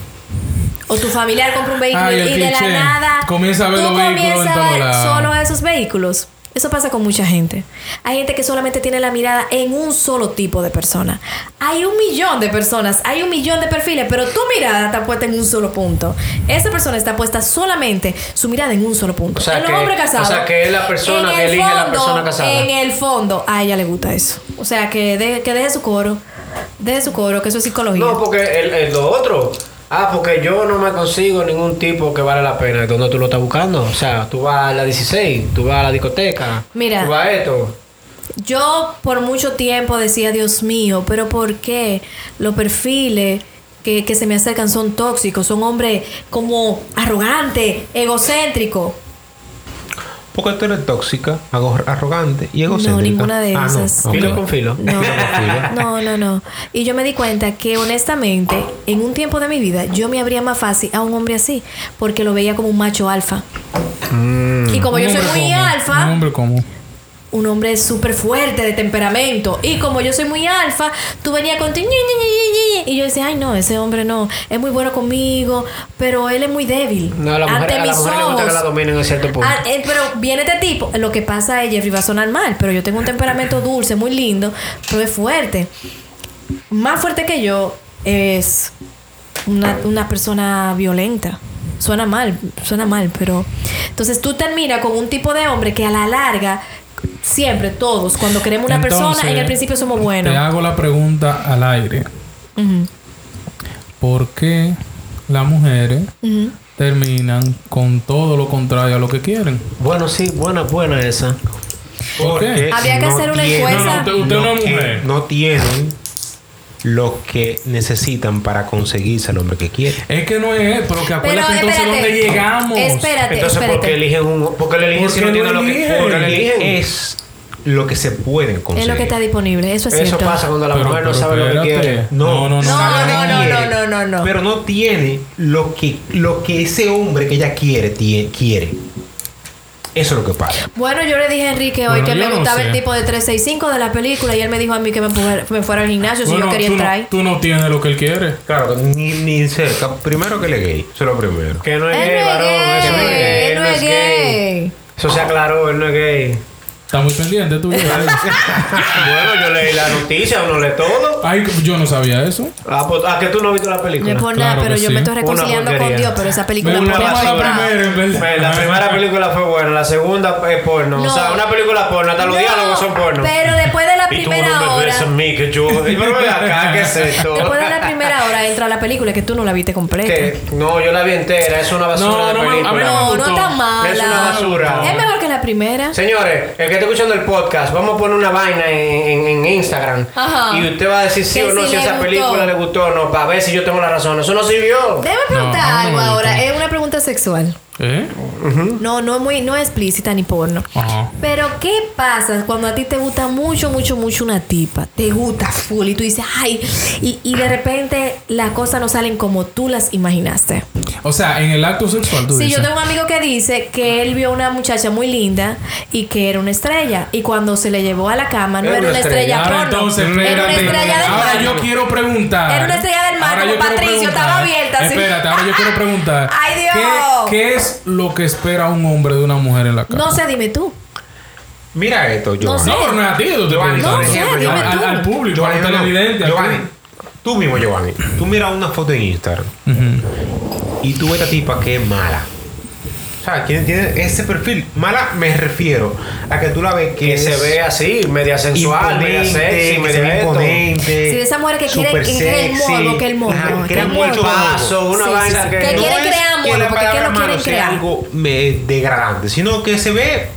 B: O tu familiar compra un vehículo
E: Ay, el
B: y de la
E: cliché.
B: nada
E: Comienza a ver
B: tú
E: los vehículos en
B: comienzas a
E: todos
B: ver
E: lados.
B: solo esos vehículos. Eso pasa con mucha gente. Hay gente que solamente tiene la mirada en un solo tipo de persona. Hay un millón de personas, hay un millón de perfiles, pero tu mirada está puesta en un solo punto. Esa persona está puesta solamente su mirada en un solo punto.
C: O sea
B: en los
C: que-
B: hombres
C: o sea
B: casados.
C: que es la persona
B: En
C: que
B: el
C: elige a la persona casada.
B: En el fondo, a ella le gusta eso. O sea, que, de- que deje su coro. Deje su coro, que eso es psicología.
C: No, pues- porque el, el lo otro. Ah, porque yo no me consigo ningún tipo que vale la pena. ¿Dónde tú lo estás buscando? O sea, tú vas a la 16, tú vas a la discoteca.
B: Mira.
C: Tú vas a esto.
B: Yo por mucho tiempo decía, Dios mío, pero ¿por qué los perfiles que, que se me acercan son tóxicos? Son hombres como arrogantes, egocéntricos.
D: Porque tú eres tóxica, agor- arrogante y egocéntrica.
B: No, ninguna de
D: Ah, no.
B: esas.
D: Ok.
C: Filo con filo.
B: No, no, no, no. Y yo me di cuenta que honestamente, en un tiempo de mi vida, yo me abría más fácil a un hombre así, porque lo veía como un macho alfa. Y como
E: Un
B: yo soy
E: hombre
B: muy
E: como, Un
B: alfa,
E: hombre como.
B: un hombre súper fuerte de temperamento. Y como yo soy muy alfa, tú venías con tu ñe, ñe, ñe, ñe, ñe, y yo decía, ay no, ese hombre no, es muy bueno conmigo, pero él es muy débil.
C: No, a la mujer,
B: ante
C: a la
B: mis
C: mujer le gusta que la
B: ojos.
C: dominen en cierto punto.
B: Ah, eh, pero viene este tipo. Lo que pasa es, Jeffrey va a sonar mal, pero yo tengo un temperamento dulce, muy lindo, pero es fuerte. Más fuerte que yo. es una, una persona violenta. Suena mal, suena mal, pero... Entonces tú terminas con un tipo de hombre que a la larga, siempre todos, cuando queremos una persona, en el principio somos buenos.
E: Te hago la pregunta al aire.
B: Ujú,
E: ¿Por qué las mujeres
B: ujú.
E: terminan con todo lo contrario a lo que quieren?
C: Bueno, sí, buena, buena esa.
E: ¿Por qué?
D: Porque
B: Habría que hacer una
D: tienen-
B: encuesta. No, no,
E: usted- usted Eh, no es
D: tie-
E: mujer.
D: no tienen lo que necesitan para conseguirse al hombre que quieren.
E: Es que no es, pero que acuérdate entonces dónde llegamos.
B: Espérate,
C: Entonces, ¿por
B: espérate.
C: qué eligen un.? ¿Por qué le eligen
E: ¿Por
C: si
E: qué
C: no tienen
E: lo
C: lo que.?
E: eligen?
C: ¿Por qué le eligen?
D: Es lo que se pueden
B: es
D: conseguir.
B: lo que está disponible, eso es
C: Eso
B: cierto.
C: pasa cuando la
E: Pero-
C: mujer no
E: pero
C: sabe lo que
E: espérate.
C: quiere.
E: No, no, no.
B: No,
D: sabe
B: no,
D: lo que
B: no,
D: quiere,
B: no, no, no, no.
D: Pero no tiene lo que, lo que ese hombre que ella quiere, tie- quiere. Eso es lo que pasa.
B: Bueno, yo le dije a Enrique hoy
E: Bueno,
B: que
E: yo
B: me
E: no
B: gustaba
E: sé.
B: el tipo de 365 de la película y él me dijo a mí que me, fuera- me fuera al gimnasio si
E: Bueno,
B: yo quería
E: tú,
B: entrar.
E: no, tú no tienes lo que él quiere.
D: Claro, ni, ni cerca. Primero que le gay. Eso es lo primero.
C: Que no
B: Él
C: es
B: no
C: gay,
B: es
C: varón. Eso no es
B: gay,
C: gay.
B: él no es gay.
C: Eso se aclaró, él no es gay.
E: Está muy pendiente ¿eh? tú. ¿verdad?
C: bueno, yo leí la noticia, uno lee todo.
E: Ay, yo no sabía eso.
C: Ah, pues, ah, que tú no has visto la
B: No es
C: película.
B: por nada,
E: Claro
B: pero
E: que
B: yo
E: sí.
B: me estoy
C: Una
B: reconciliando con
C: porquería.
B: Dios, pero esa
E: Me
B: película
E: gustaba
B: fue
E: la
B: basura.
E: primera, en verdad.
C: Pues, La primera película fue buena, la segunda es porno.
B: No.
C: O sea, una película porno, hasta los
B: No,
C: diálogos son porno.
B: Pero después de la
C: y tú no
B: primera
C: me
B: hora.
C: ves a mí, que yo. Dime, ven acá, ¿qué es esto?
B: Después de la primera hora entra la película que tú no la viste completa.
C: Que- No, yo la vi entera, es una basura
E: No,
C: de
E: no me- a
C: película.
E: mí no me
B: No, no
E: gustó.
B: está mala.
C: Es una basura.
B: Es mejor que la primera.
C: Señores, el que está escuchando el podcast, vamos a poner una vaina en, en- en Instagram.
B: Ajá.
C: Y usted va a decir sí
B: Que
C: o no
B: si
C: si
B: le
C: esa
B: gustó.
C: película le gustó o no, para ver si yo tengo la razón. Eso no sirvió.
B: Déjame
E: No,
B: preguntar
E: a mí no
B: algo
E: me
B: ahora.
E: gustó.
B: Es una pregunta sexual.
E: ¿Eh?
B: No, no es muy, no es explícita ni porno.
E: Ajá.
B: Pero ¿qué pasa cuando a ti te gusta mucho, mucho, mucho una tipa? Te gusta full y tú dices, ay, y, y de repente las cosas no salen como tú las imaginaste.
E: O sea, en el acto sexual tú
B: Sí,
E: dices.
B: yo tengo un amigo que dice que él vio una muchacha muy linda y que era una estrella. Y cuando se le llevó a la cama, no
C: Era
B: era
C: una
B: una estrella,
E: Ahora
B: porno.
E: entonces,
B: era una
E: espérate.
B: estrella del
E: ahora
B: mar.
E: yo quiero preguntar.
B: Era una estrella del mar,
E: Ahora
B: como
E: yo quiero
B: Patricio,
E: preguntar.
B: estaba abierta, así.
E: Espérate, ahora yo quiero preguntar.
B: Ay, Dios.
E: ¿Qué, qué es lo que espera un hombre de una mujer en la cama?
B: No sé, dime tú.
D: Mira esto, yo.
B: sé.
E: No, pero no es a ti, yo te estoy
D: Giovanni,
E: preguntando.
D: por
B: No sé,
D: ejemplo,
B: dime
D: Giovanni.
E: al, al público,
D: Giovanni,
E: al
D: no, no.
E: televidente. al
D: Giovanni,
E: público.
D: tú mismo, Giovanni. Tú miras una foto en Instagram
E: Ujú.
D: y tú ves a esta tipa que es mala. O sea, ¿quién tiene ese perfil? Mala me refiero a que tú la ves que
C: Que se
D: es
C: ve así, media sensual, media
D: imponente,
C: sexy,
D: que se
C: media
D: ve
C: esto.
D: imponente.
B: Sí, de esa mujer que quiere-
D: Eh, súper
B: que quiere el
D: sexy.
B: morbo, que el morbo,
D: Ajá,
B: que
D: que era
B: el
D: mucho
B: morbo.
D: morbo.
C: Paso, una
B: Sí, sí,
C: vaina
B: sí.
C: que.
B: Que
C: no
B: quiere
C: es-
B: crear morbo,
D: que la
B: porque ¿qué
D: palabra
B: lo quieren
D: malo sea
B: crear?
D: algo me- degradante, sino que se ve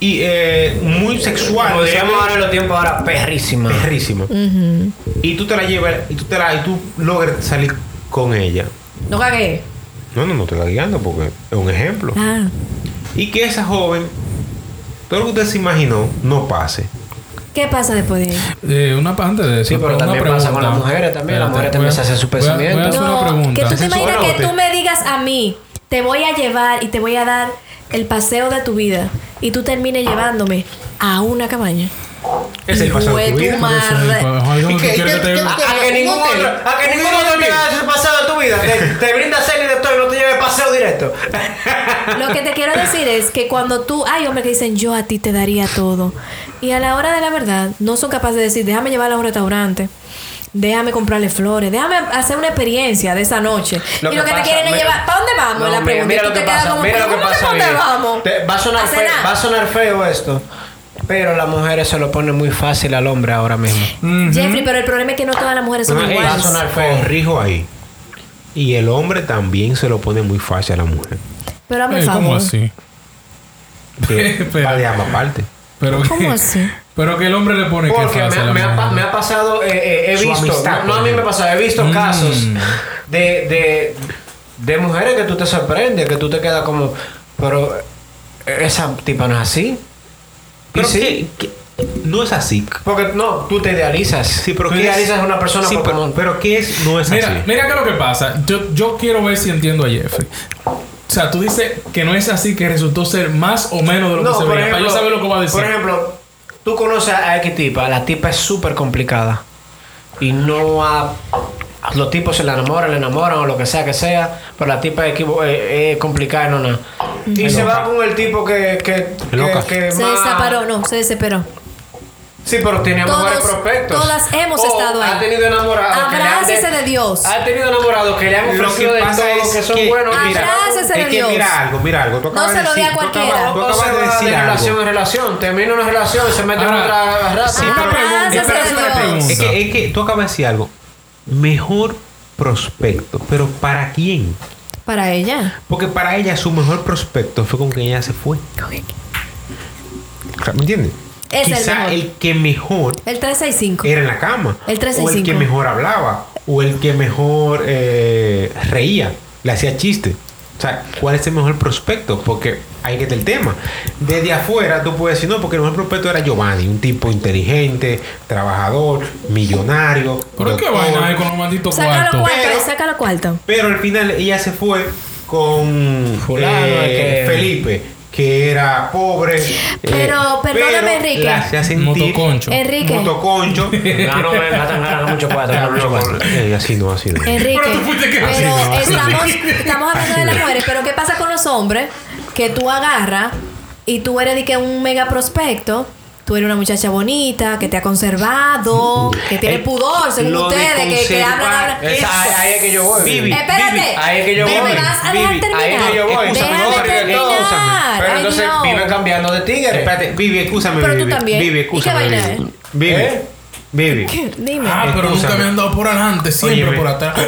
D: y, eh, muy sexual.
C: Como
D: se
C: diríamos
D: ve-
C: ahora en los tiempos, ahora perrísima.
D: perrísima. Y tú te la llevas y tú te la y tú logras salir con ella.
B: No cagué.
D: No, no, no te la guiando porque es un ejemplo.
B: Ah.
D: Y que esa joven, todo lo que usted se imaginó, no pase.
B: ¿Qué pasa después de ahí?
E: Eh, una pa- antes de eso.
C: Sí, pero
E: una
C: también
E: pregunta.
C: pasa con las mujeres también. Las mujeres
E: Espérate, voy a-
C: también se hacen sus
E: voy a- Voy a
C: pensamientos.
E: hacer una
B: que
E: pregunta.
B: tú te imaginas
D: Sexual,
B: que
D: ¿o te-
B: tú me digas a mí, te voy a llevar y te voy a dar el paseo de tu vida y tú termines llevándome a una cabaña.
D: Es
B: Y
D: el paseo de
B: fue
D: tu vida,
E: Pero eso es-
B: madre.
E: algo
D: ¿Y
E: que
D: qué-
E: tú quieres
D: y
E: que te-
B: Ah,
D: qué- qué-
C: A que ningún
D: Un
C: otro,
D: hotel.
C: a que
D: Un
C: ningún otro
D: hotel.
C: te haga ese paseo de tu vida. Te, te brinda serie de todo y no te lleve paseo directo.
B: Lo que te quiero decir es que cuando tú, hay hombres que dicen yo a ti te daría todo. Y a la hora de la verdad, no son capaces de decir, déjame llevarla a un restaurante. Déjame comprarle flores, déjame hacer una experiencia de esa noche. y lo que te
C: pasa,
B: quieren
C: mira-
B: es llevar, ¿para dónde vamos?
C: No,
B: la
C: mira,
B: pregunta. Y
C: Mira,
B: tú
C: lo que
B: te quedas
C: pasa,
B: como,
C: mira lo que
B: "¿Cómo
C: pasa.
B: ¿Para dónde
C: Lidia?
B: vamos?
C: Te- va, a sonar
B: ¿A
C: feo,
B: cenar?
C: va a sonar feo esto, pero las mujeres se lo ponen muy fácil al hombre ahora mismo.
B: Jeffrey, pero el problema es que no todas las mujeres son
D: No,
C: ey,
D: va a
B: iguales.
D: sonar feo. Corrijo ahí. Y el hombre también se lo pone muy fácil a la mujer.
B: Pero hazme
E: Eh,
B: el favor.
E: ¿Cómo así?
D: Que
E: Espera.
D: va de ambas partes.
E: Pero que-
B: ¿Cómo así?
E: Pero que el hombre le pone que
C: Porque me,
E: fácil a
C: ha-
E: la
C: me ha, pa-
E: mujer.
C: me ha pasado, eh, eh, he
D: Su
C: visto,
D: amistad,
C: no, no a mí me ha pasado, he visto
E: Mm.
C: casos de, de, de mujeres que tú te sorprendes, que tú te quedas como, pero eh, esa tipa no es así.
D: Pero
C: y sí,
D: que- que- no es así.
C: porque no, tú te idealizas.
D: Sí, pero
C: tú
D: ¿qué es?
C: idealizas a una persona
D: Sí,
C: por
D: pero,
C: cómo-
D: pero ¿qué es? No es
E: Mira,
D: así.
E: mira qué es lo que pasa. Yo, yo quiero ver si entiendo a Jeffrey. O sea, tú dices que no es así, que resultó ser más o menos de lo que se veía. Para yo saber lo que va a decir.
C: Por ejemplo, tú conoces a X tipa, la tipa es súper complicada. Y no a. Los tipos se la enamoran, le enamoran o lo que sea que sea, pero la tipa es, equivo- eh, eh, complicada, no nada. Y se va con el tipo que. que, que,
D: Loca.
C: que
B: Se
C: más-
B: desaparó, no, se desesperó.
C: Se, Sí, pero tenía mejores
B: Todos-
C: prospectos.
B: todas hemos
C: O
B: estado ahí.
C: Ha tenido enamorados. que le han
B: Abrácese de Dios.
C: Ha tenido enamorados que le han
D: Lo que
C: ofrecido de
D: pasa
C: todo,
D: es
C: que son
D: que-
C: buenos.
D: Mira,
B: Abrácese de
D: es que
B: Dios.
D: mira algo, mira algo. Tú
B: No
D: acabas
B: se lo
D: de
B: dé a
D: decir- tú acabas-
B: cualquiera.
D: Tú
C: No se
D: acabas de
C: va de
D: decir
C: relación
D: algo.
C: en relación, termina una relación, se mete en
E: Ahora,
C: otra raza.
E: una
B: Ah,
E: pregunta.
B: gracias
E: espera,
B: a
E: es una
B: Dios.
E: pregunta.
D: Es que, es que tú acabas de decir algo. Mejor prospecto. Pero ¿para quién?
B: Para ella.
D: Porque para ella su mejor prospecto fue con quien ella se fue. O sea, ¿Me entiendes?
B: Es el
D: Quizá
B: mejor.
D: el, que mejor
B: El 365.
D: era en la cama. o
B: El
D: el
B: 365.
D: que mejor hablaba. O el que mejor eh, reía. Le hacía chiste. O sea, ¿cuál es el mejor prospecto? Porque hay que está el tema. Desde afuera tú puedes decir, no, porque el mejor prospecto era Giovanni, un tipo inteligente, trabajador, millonario.
E: Pero qué
D: doctor.
E: vaina hay con los malditos
B: Sácalo
E: cuartos.
B: cuarto,
D: Pero-
B: sácalo cuarto.
D: Pero al final ella se fue con
C: Fulano,
D: eh,
C: que-
D: Felipe, que era pobre. eh,
B: Pero, perdóname, Enrique.
D: La hacía sentir
E: Motoconcho.
B: Enrique.
D: Motoconcho.
C: no, me mucho
D: Eh, así no, así no.
B: Enrique,
E: Pero tú fuiste que-
B: pero
E: Así
D: no, así no.
B: estamos, estamos hablando de las mujeres, pero ¿qué pasa con los hombres? Que tú agarras y tú eres de que un mega prospecto, tú eres una muchacha bonita, que te ha conservado, que tiene
D: Eh,
B: pudor, según
D: lo ah, de
B: ustedes, que, que
D: conservar,
B: hablan, hablan.
D: eso.
C: Esa- ahí es que yo voy.
D: Vivi,
B: Espérate,
D: Vivi,
C: ahí es que yo
B: pero
C: voy,
B: me vas a dejar
D: Vivi,
B: terminar.
C: ahí es que yo voy.
D: Escúchame,
B: Déjame
D: no, pero-
B: terminar.
C: Pero
B: Ay,
C: entonces
B: no.
C: viven cambiando de tigre.
D: Eh, Espérate, Vivi, escúchame.
B: Pero tú
D: Vivi,
B: también.
D: Vivi,
B: ¿Y qué
D: escúchame.
B: vaina
D: Vivi. Vivi.
C: ¿Eh?
D: Vivi.
B: ¿Qué? Dime.
E: Ah, pero nunca
D: Escúchame.
E: me han dado por adelante, siempre
D: Óyeme.
E: por atrás.
C: Ah,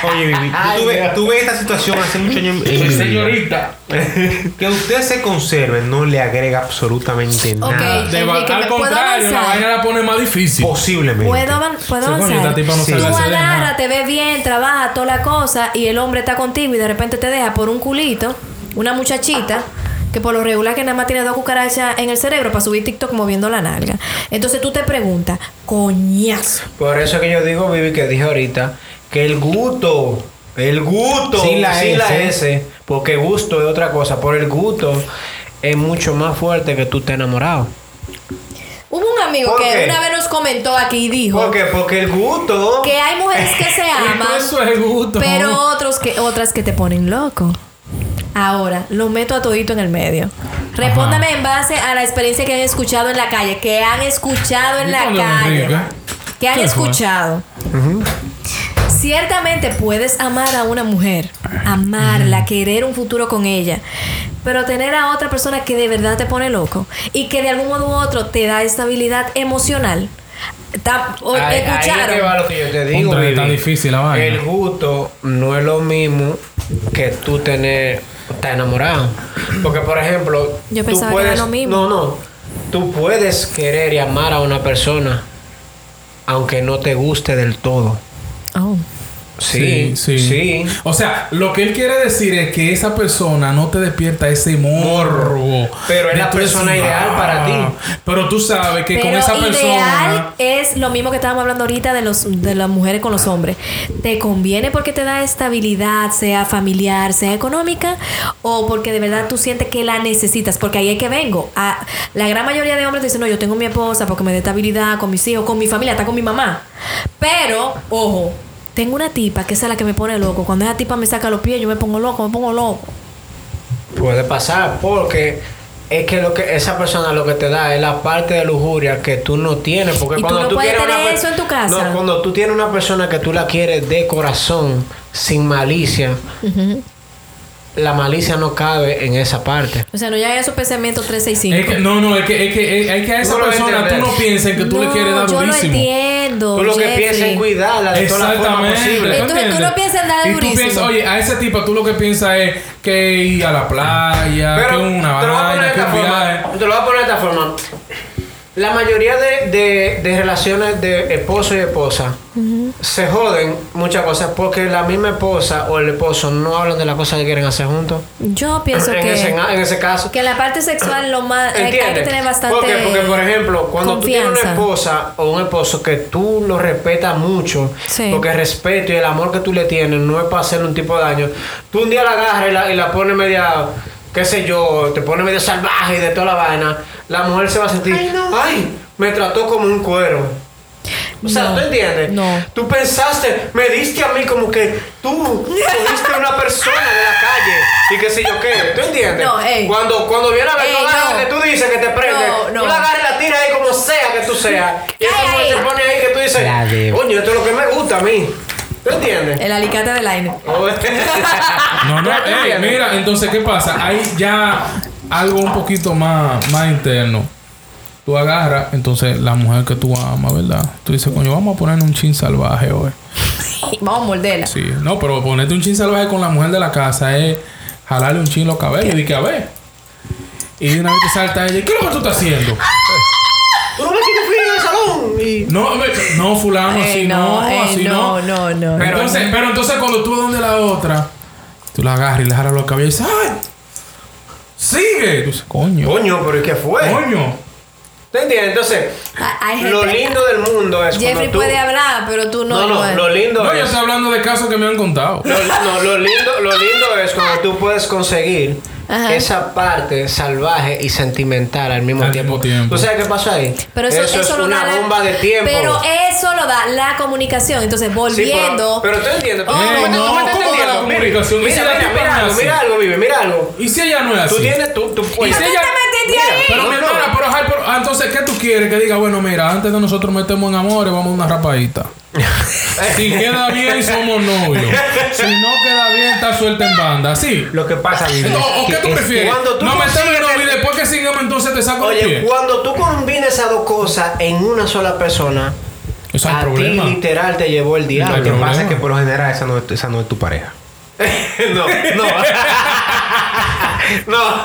D: Ya. Oye, Vivi,
C: Ay,
D: tú tuve,
C: Dios.
D: tuve esta situación hace muchos años
C: eh,
D: en mi vida. que usted se conserve no le agrega absolutamente nada.
B: Ok.
E: De
B: Enrique,
E: va-
B: ¿me
E: al
B: puedo
E: contrario, la
B: avanzar?
E: vaina la pone más difícil.
C: Pues,
D: Posiblemente.
B: Puedo, avan- puedo
E: Sí, coño,
B: avanzar.
E: esta tipa no
B: Tú
E: sabe hacer de
B: agarras,
E: nada.
B: te ves bien, trabaja toda la cosa y el hombre está contigo y de repente te deja por un culito, una muchachita que por lo regular que nada más tiene dos cucarachas en el cerebro para subir TikTok moviendo la nalga. Entonces tú te preguntas, coñazo.
C: Por eso que yo digo, Vivi, que dije ahorita, que el gusto, el gusto,
D: Sin la S.
C: porque gusto es otra cosa, por el gusto es mucho más fuerte que tú te enamorado.
B: Hubo un amigo
C: ¿Por
B: que
C: qué?
B: una vez nos comentó aquí y dijo
C: ¿Por qué? Porque el gusto...
B: que hay mujeres que se aman,
E: Eso es gusto.
B: pero otros que, otras que te ponen loco. Ahora, lo meto a todito en el medio. Respóndame en base a la experiencia que han escuchado en la calle, que han escuchado en
E: ¿Y
B: la
E: cuándo me
B: calle,
E: río,
B: que han
E: ¿Qué fue?
B: escuchado. Ciertamente puedes amar a una mujer, amarla, querer un futuro con ella, pero tener a otra persona que de verdad te pone loco y que de algún modo u otro te da estabilidad emocional. Ta- o-
C: Ahí- ahí es
B: escucharon.
C: que va lo que yo te digo,
E: Contra,
C: Vivi.
E: está difícil la vaina.
C: El gusto no es lo mismo que tú tener estar enamorado. Porque por ejemplo,
B: Yo
C: tú
B: pensaba que
C: puedes
B: era lo mismo.
C: No, no. Tú puedes querer y amar a una persona aunque no te guste del todo.
B: Oh.
C: Sí, sí.
E: O sea, lo que él quiere decir es que esa persona no te despierta ese morbo.
C: Pero es
E: de
C: la
E: tú "Ah".
C: persona ideal para ti.
E: Pero tú sabes que con
B: Pero
E: esa
B: ideal
E: persona.
B: es lo mismo que estábamos hablando ahorita de los de las mujeres con los hombres. ¿Te conviene porque te da estabilidad, sea familiar, sea económica, o porque de verdad tú sientes que la necesitas? Porque ahí es que vengo. A, la gran mayoría de hombres dicen, no, yo tengo mi esposa porque me da estabilidad con mis hijos, con mi familia, está con mi mamá. Pero, ojo, tengo una tipa que esa es la que me pone loco. Cuando esa tipa me saca los pies, yo me pongo loco, me pongo loco.
C: Puede pasar porque es que lo que esa persona lo que te da es la parte de lujuria que tú no tienes porque
B: Y tú
C: cuando
B: no
C: tú
B: puedes
C: quieres una
B: tener
C: per-
B: eso en tu casa.
C: No, cuando tú tienes una persona que tú la quieres de corazón, sin malicia, la malicia no cabe en esa parte.
B: O sea, no llega a esos pensamientos 365.
E: Es que- no, no, es que, es que, es, que a esa
C: No lo
E: persona tú
C: entiendes.
E: no piensas que tú le
B: No,
E: quieres dar
B: yo
E: durísimo.
B: lo entiendo.
C: Tú lo que
B: Jeffrey.
C: piensas es cuidarla de todas las formas
E: Exactamente.
C: posibles.
B: Entonces, tú
E: ¿entiendes?
B: no piensas en darle
E: Y tú
B: durísimo.
E: piensas, oye, a ese tipo tú lo que piensas es que ir a la playa,
C: Pero
E: que una
C: te lo voy a poner
E: vaina,
C: de
E: que
C: esta
E: un viaje.
C: forma. Te lo voy a poner de esta forma. La mayoría de, de- de relaciones de esposo y esposa se joden muchas cosas porque la misma esposa o el esposo no hablan de las cosas que quieren hacer juntos.
B: Yo pienso
C: en,
B: que,
C: ese, en ese caso.
B: que la parte sexual lo más hay- hay que
C: ¿Entiendes?
B: tener bastante
C: porque, porque, por ejemplo, cuando tú tienes una
B: confianza.
C: esposa o un esposo que tú lo respetas mucho,
B: Sí.
C: porque el respeto y el amor que tú le tienes no es para hacerle un tipo de daño, tú un día la agarras y la, y la pones media, qué sé yo, te pones medio salvaje y de toda la vaina, la mujer se va a sentir, ay, me trató como un cuero. O sea,
B: No,
C: ¿tú entiendes?
B: no.
C: Tú pensaste, me diste a mí como que tú cogiste a una persona de la calle y qué sé yo qué. ¿Tú entiendes?
B: No, ey.
C: Cuando, cuando viene a ver
B: Ey,
C: no agarra
B: no.
C: que tú dices que te prende,
B: No, no.
C: tú la agarras y la tiras ahí como sea que tú seas. Y esa
B: Ay,
C: mujer
B: ay.
C: se pone ahí que tú dices,
A: La de-
C: coño, esto es lo que me gusta a mí. ¿Tú entiendes?
B: El alicate del aire.
E: No, no,
C: ¿Tú
E: ey,
C: entiendes?
E: mira, entonces, ¿qué pasa? Hay ya algo un poquito más, más interno. Tú agarras, entonces, la mujer que tú amas, ¿verdad? Tú dices, coño, vamos a poner un chin salvaje hoy.
B: Vamos a morderla.
E: Sí, no, pero ponerte un chin salvaje con la mujer de la casa es jalarle un chin los cabellos y que a ver. Y de una vez te salta ella, ¿qué es lo que tú estás haciendo?
C: Tú no me quieres frío en el salón. Y...
E: No, a ver, no, fulano,
B: Ey,
E: así no,
B: Eh, no, ey,
E: así no.
B: no, no, no,
E: Pero
B: no.
E: entonces, pero entonces cuando tú vas donde la otra, tú la agarras y le jalas los cabellos y dices, ¡ay! ¡Sigue! Tú dices, coño,
C: Coño, pero ¿y qué fue?
E: coño.
C: ¿Tú entiendes? Entonces,
B: Ah, hay
C: lo
B: gente-
C: lindo del mundo es
B: Jeffrey
C: cuando tú...
B: puede hablar, pero tú no.
C: No, no,
B: Joel.
C: lo lindo
E: No, yo
C: es...
E: estoy hablando de casos que me han contado.
C: Lo, no, lo lindo, lo lindo es cuando tú puedes conseguir
B: Ajá.
C: esa parte salvaje y sentimental al mismo
E: Al
C: tiempo.
E: mismo tiempo.
C: ¿Tú sabes qué pasó ahí?
B: Pero eso, eso
C: es
B: lo
C: una
B: da la-
C: bomba de tiempo.
B: Pero eso lo da la comunicación. Entonces,
C: Sí,
B: volviendo.
C: pero, pero tú entiendes. tú
B: Oh,
C: me- tú
B: no,
C: me estás
E: ¿cómo que la
C: entendiendo? Mira,
E: comunicación?
C: Mira,
E: Esa
C: mira,
E: es la
C: mira
E: que
C: algo,
E: pasa.
C: mira algo, vive, mira algo.
E: ¿Y si ella no es así?
C: Tú tienes, tú, tú
E: ¿Y
C: puedes.
E: si
B: tú
E: ella-
B: te metiste ahí?
E: Pero, mi
C: no, no.
E: hermana, pero, ay, pero, ah, entonces, ¿qué tú quieres? Que diga, bueno, mira, antes de nosotros metemos en amores, vamos a una rapadita. si queda bien, somos novios. Si no queda bien, está suelta en banda. Sí.
D: Lo que pasa, Vivi,
E: Entonces, ¿O
D: es
E: qué
D: que
E: tú
D: es-
E: prefieres?
C: cuando tú
E: no metemos
C: consigues
E: en novio y
C: que-
E: después que sigamos, entonces te saco el
C: Oye,
E: pie.
C: cuando tú combinas esas dos cosas en una sola persona,
E: Eso es
C: a
E: el problema.
C: ti literal te llevó el diablo.
D: Lo que
E: problema.
D: pasa es que por lo general esa no, es- esa no es tu pareja.
C: no, no. no.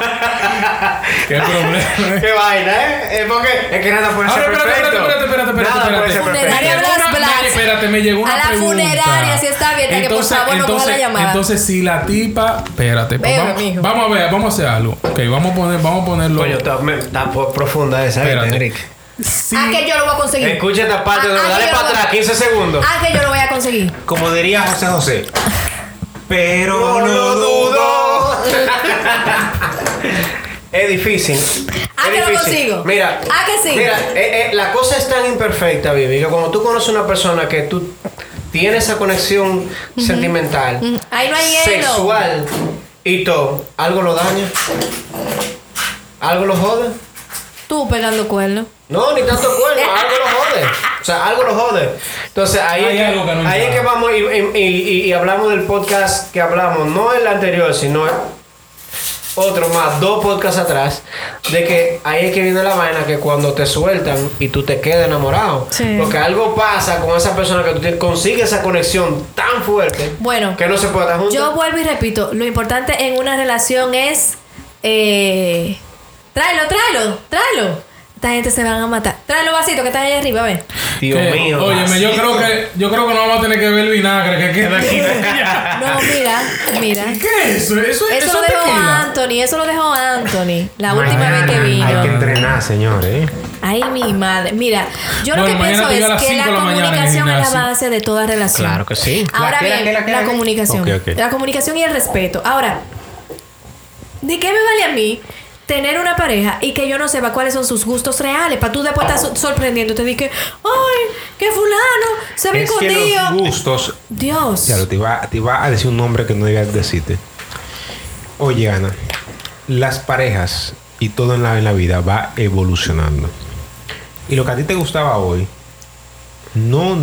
E: ¿Qué problema?
C: Qué vaina, ¿eh? Es porque es que nada puede
E: Ahora,
C: ser
E: Ah, espérate,
C: perfecto.
E: espérate, espérate, espérate,
C: Nada
E: espérate.
C: puede ser
B: Funeraria
E: Me
C: perfecto.
E: llegó
B: Blas Blas.
E: pues, una- me- Espérate, me llegó una
B: A la
E: pregunta.
B: funeraria, si está abierta, que por favor no coja la llamada.
E: Entonces, si la tipa... Espérate. pues,
B: Pero,
E: vamos,
B: mijo.
E: vamos a ver, vamos a hacer algo. Ok, vamos a, poner, vamos a ponerlo...
C: Coño, está, me- está po- profunda esa, ¿viste,
E: Espérate.
C: Enrique?
E: Sí.
B: ¿A Ah, que yo lo voy a conseguir?
C: Escucha esta parte,
B: Ah, ah,
C: dale
B: yo
C: para
B: lo- Ah,
C: atrás, 15 segundos.
B: ¿A que yo lo voy a conseguir?
D: Como diría José José. Pero
C: No
D: no
C: lo
D: dudo.
C: dudo. Es difícil.
B: Ah,
C: Es
B: que lo
C: difícil.
B: consigo.
C: Mira.
B: Ah, que sí.
C: Mira, eh, eh, la cosa es tan imperfecta, Vivi, que cuando tú conoces a una persona que tú tienes esa conexión sentimental,
B: Mm, Ahí no hay hielo.
C: sexual y todo, ¿algo lo daña? ¿Algo lo jode?
B: Tú pegando cuernos.
C: No, ni tanto cuerno, algo lo jode. O sea, algo lo jode. Entonces, ahí,
E: Hay
C: es,
E: algo
C: que,
E: que no
C: ahí es
E: encaja.
C: que vamos y, y- y- y hablamos del podcast que hablamos, no el anterior, sino el otro más, dos podcasts atrás, de que ahí es que viene la vaina que cuando te sueltan y tú te quedas enamorado.
B: Sí.
C: Porque algo pasa con esa persona que tú te- consigues esa conexión tan fuerte
B: Bueno,
C: que no se puede estar juntos.
B: Yo vuelvo y repito, lo importante en una relación es eh, tráelo, tráelo, tráelo. Esta gente se van a matar. Tráelo vasito que están allá arriba, a ver.
C: Dios
E: Que,
C: mío.
E: Óyeme, yo creo que yo creo que no vamos a tener que ver vinagre que queda aquí.
B: No, mira, mira.
E: ¿Qué es eso? Eso,
B: Eso,
E: eso
B: lo
E: es
B: dejó
E: tequila.
B: Anthony, eso lo dejó Anthony la última
D: Mañana
B: vez que
D: Hay que
B: vino.
D: entrenar, señores.
B: Ay, mi madre. Mira, yo lo
E: Bueno,
B: que pienso
E: mañana te veo a las
B: es que la
E: cinco de la mañana en el
B: comunicación es la
E: gimnasio.
B: base de toda relación.
C: Claro que sí.
B: Ahora
D: ¿La qué, la
B: bien,
D: qué,
B: la,
D: la qué, la qué?
B: comunicación.
D: Ok, ok.
B: La comunicación y el respeto. Ahora, ¿de qué me vale a mí tener una pareja y que yo no sepa cuáles son sus gustos reales? Para tú después estar so- sorprendiéndote de que, ay, que fulano se ve
D: Es que los
B: escondido.
D: gustos.
B: Dios.
D: Claro, te iba, te iba a decir un nombre que no debías decirte. Oye, Ana, las parejas y todo en la, en la vida va evolucionando. Y lo que a ti te gustaba hoy, no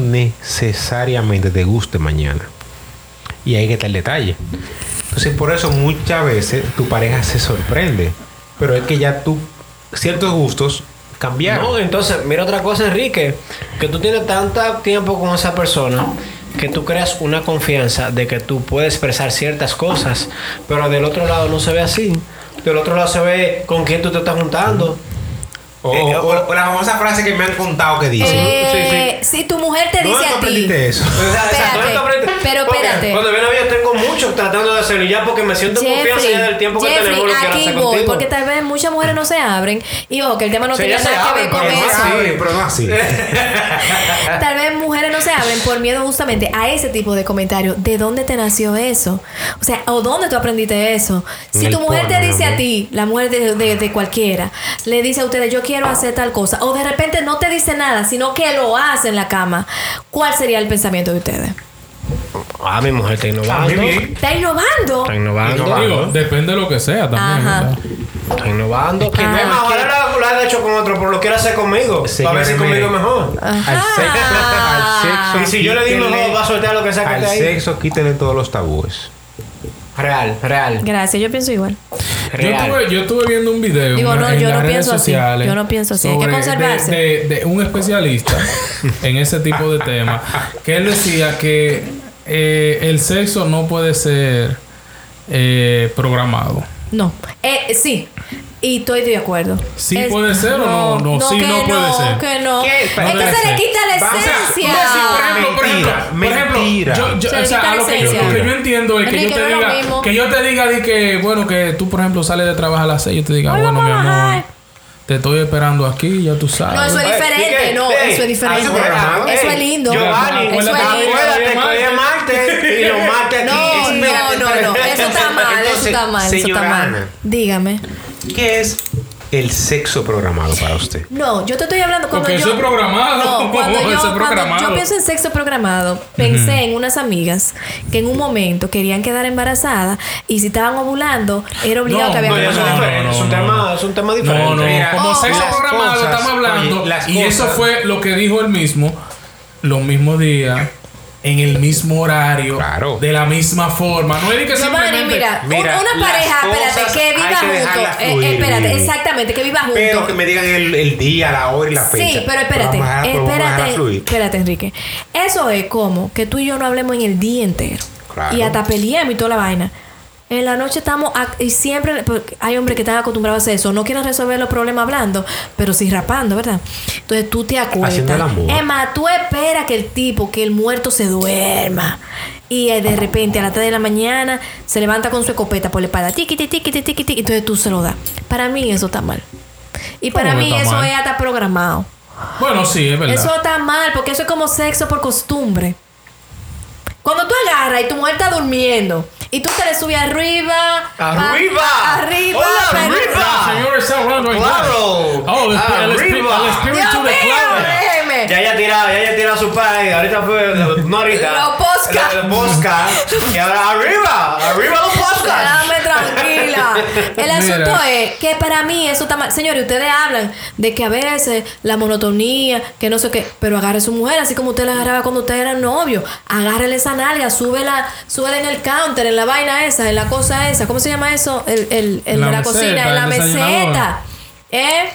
D: necesariamente te guste mañana. Y ahí que está el detalle. Entonces, por eso muchas veces tu pareja se sorprende. Pero es que ya tú, ciertos gustos cambiaron.
C: No, entonces, mira otra cosa, Enrique, que tú tienes tanto tiempo con esa persona que tú creas una confianza de que tú puedes expresar ciertas cosas, pero del otro lado no se ve así. Del otro lado se ve con quién tú te estás juntando.
D: O, eh, o- o la famosa frase que me han contado que dicen.
B: Eh, Si tu mujer te dice
D: ¿Dónde tú
B: a ti.
D: aprendiste eso?
C: O sea, exacto,
B: Espérate,
C: esto aprende-
B: pero
C: porque
B: espérate.
C: Cuando viene a ver, yo tengo mucho tratando de hacerlo y ya porque me siento en confianza ya del tiempo que
B: Jeffrey,
C: tenemos lo que
B: aquí
C: hacer
B: voy,
C: contigo.
B: porque tal vez muchas mujeres no se abren. Y ojo, que el tema no
C: Sí,
B: tiene
C: ya se
B: nada que ver
C: abren, pues,
B: con
D: Pero no
B: eso.
D: así, pero no así.
B: Tal vez mujeres no se abren por miedo justamente a ese tipo de comentarios. ¿De dónde te nació eso? O sea, ¿o dónde tú aprendiste eso? Si
D: En
B: tu
D: el
B: mujer
D: porno,
B: te
D: mi
B: dice a
D: amor.
B: ti, la mujer de, de- de cualquiera, le dice a ustedes, yo quiero hacer tal cosa, o de repente no te dice nada, sino que lo hace en la cama, ¿cuál sería el pensamiento de ustedes?
C: Ah, mi mujer está innovando.
D: bien.
B: ¿Está innovando?
C: Está innovando.
E: Digo, depende de lo que sea también.
B: Ajá.
E: ¿verdad?
C: Está innovando. Que
B: Ah,
C: no es más,
B: ok.
C: ojalá lo, lo haya hecho con otro, pero lo quiere hacer conmigo. Para ver si
D: Señores,
C: conmigo
D: miren.
C: es mejor.
D: Al sexo, al sexo.
C: Y si yo le digo
D: quítenle-
C: mejor, va a soltar lo que sea que
D: Al
C: esté ahí.
D: sexo, quítenle todos los tabúes.
C: Real, real.
B: Gracias, yo pienso igual.
E: Yo
C: real.
E: estuve, yo estuve viendo un video
B: Digo,
E: en,
B: no,
E: en
B: yo
E: las
B: no
E: redes
B: pienso así.
E: sociales
B: Yo no pienso así. Hay que
E: sobre- de-
B: conservarse.
E: De, de un especialista en ese tipo de temas que él decía que eh, el sexo no puede ser eh, programado.
B: No. Eh, sí. Y estoy de acuerdo.
E: ¿Sí puede ser o no? No, sí,
B: que
E: no puede ser.
B: Que no.
D: ¿Qué?
B: Es
D: No
B: que
E: debe
B: se le
E: ser.
B: quita la
D: Vamos a-
B: esencia.
D: no, sí, por
E: ejemplo, por ejemplo,
D: Mentira,
E: por
D: mentira.
E: ejemplo, yo, yo-
B: Se
E: o
B: le quita
E: sea, a
B: la
E: lo que yo,
B: esencia.
E: lo que yo entiendo es que
B: Enrique,
E: yo te
B: no es lo
E: diga,
B: mismo.
E: que yo te diga de que, bueno, que tú, por ejemplo, sales de trabajo a las 6 yo te diga,
B: Hola,
E: bueno, mi
B: mamá.
E: amor, te estoy esperando aquí, ya tú sabes.
B: No, eso
D: eh,
B: es
C: Ey,
B: diferente.
C: ey,
B: No,
C: ey,
B: eso es
C: haz
B: diferente.
C: un programa,
B: Eso
C: ey.
B: es lindo.
C: Giovanni,
B: Eso es
E: abuela,
B: lindo.
C: acuérdate que hoy es martes y los martes aquí.
B: No, no,
C: Espérate,
B: no, no.
C: espérate.
B: Eso está mal, eso está
D: Entonces,
B: mal, eso está
D: señora
B: mal.
D: Ana.
B: Dígame.
D: ¿Qué es el sexo programado para usted?
B: No, yo te estoy hablando cuando
E: Porque
B: yo...
E: eso es programado.
B: No, cuando yo,
E: Eso es
B: cuando
E: programado.
B: yo pienso en sexo programado, pensé en unas amigas que en un momento querían quedar embarazadas y si estaban ovulando, era obligado que había
C: no,
B: que
C: ya eso es
B: ovular.
C: diferente, es un tema- es un tema
E: No,
C: diferente.
E: no,
D: Mira,
E: como
B: oh,
E: sexo
B: las
E: programado
D: cosas,
E: estamos hablando.
D: oye, las
E: y eso
D: cosas.
E: fue lo que dijo él mismo, los mismos días, en el mismo horario,
D: Claro.
E: de la misma forma. No es de que
B: Giovanni,
E: simplemente...
B: mira, un-
D: Mira,
B: una
D: las
B: pareja,
D: cosas
B: espérate, que
D: hay
B: viva
D: que
B: juntos.
D: dejarlas
B: Eh,
D: fluir.
B: espérate, exactamente, que viva juntos.
D: Pero que me digan el, el día, la hora y la fecha.
B: Sí, pero espérate,
D: Vamos a dejar- vamos a dejar
B: espérate,
D: fluir.
B: espérate, Enrique. Eso es como que tú y yo no hablemos en el día entero.
D: Claro.
B: Y hasta peleemos y toda la vaina. En la noche estamos ac- y siempre porque hay hombres que están acostumbrados a hacer eso, no quieren resolver los problemas hablando, pero sí rapando, ¿verdad? Entonces tú te
D: Haciendo el
B: acuestas.
D: amor.
B: Es más, tú esperas que el tipo, que el muerto se duerma. Y eh, de repente a las 3 de la mañana se levanta con su escopeta por la espalda, tiquiti, tiquiti, tiquiti, entonces tú se lo das. Para mí eso está mal. Y para
E: ¿Cómo
B: mí
E: está
B: eso
E: mal?
B: es hasta programado.
E: Bueno, sí, es verdad.
B: Eso está mal, porque eso es como sexo por costumbre. Cuando tú agarras y tu mujer está durmiendo y tú te le subes arriba, pa-
C: ¡Arriba!
B: arriba,
C: ¡Hola,
B: pa-
C: arriba!
E: Señor, está hablando ahí.
C: Claro.
E: Oh, el espi- el espi-
C: Arriba.
E: el espíritu
B: Dios
E: de
B: mío,
E: Claudia.
B: déjeme.
C: Ya ella tirado, ya ella tirado su padre. Ahorita fue, no ahorita.
B: Los podcast.
C: Los podcast. Y ahora arriba, arriba los podcast.
B: Dame tranquila. El asunto
E: Mira.
B: es que para mí eso está mal. Señores, ustedes hablan de que a veces la monotonía, que no sé qué, pero agarre a su mujer, así como usted la agarraba cuando usted era novio. Agárrele esa nalga, súbela, súbela en el counter, en la vaina esa, en la cosa esa. ¿Cómo se llama eso? El, el, el
E: La
B: de la
E: meseta,
B: cocina, en
E: el
B: la meseta.
E: desayunador.
B: ¿Eh?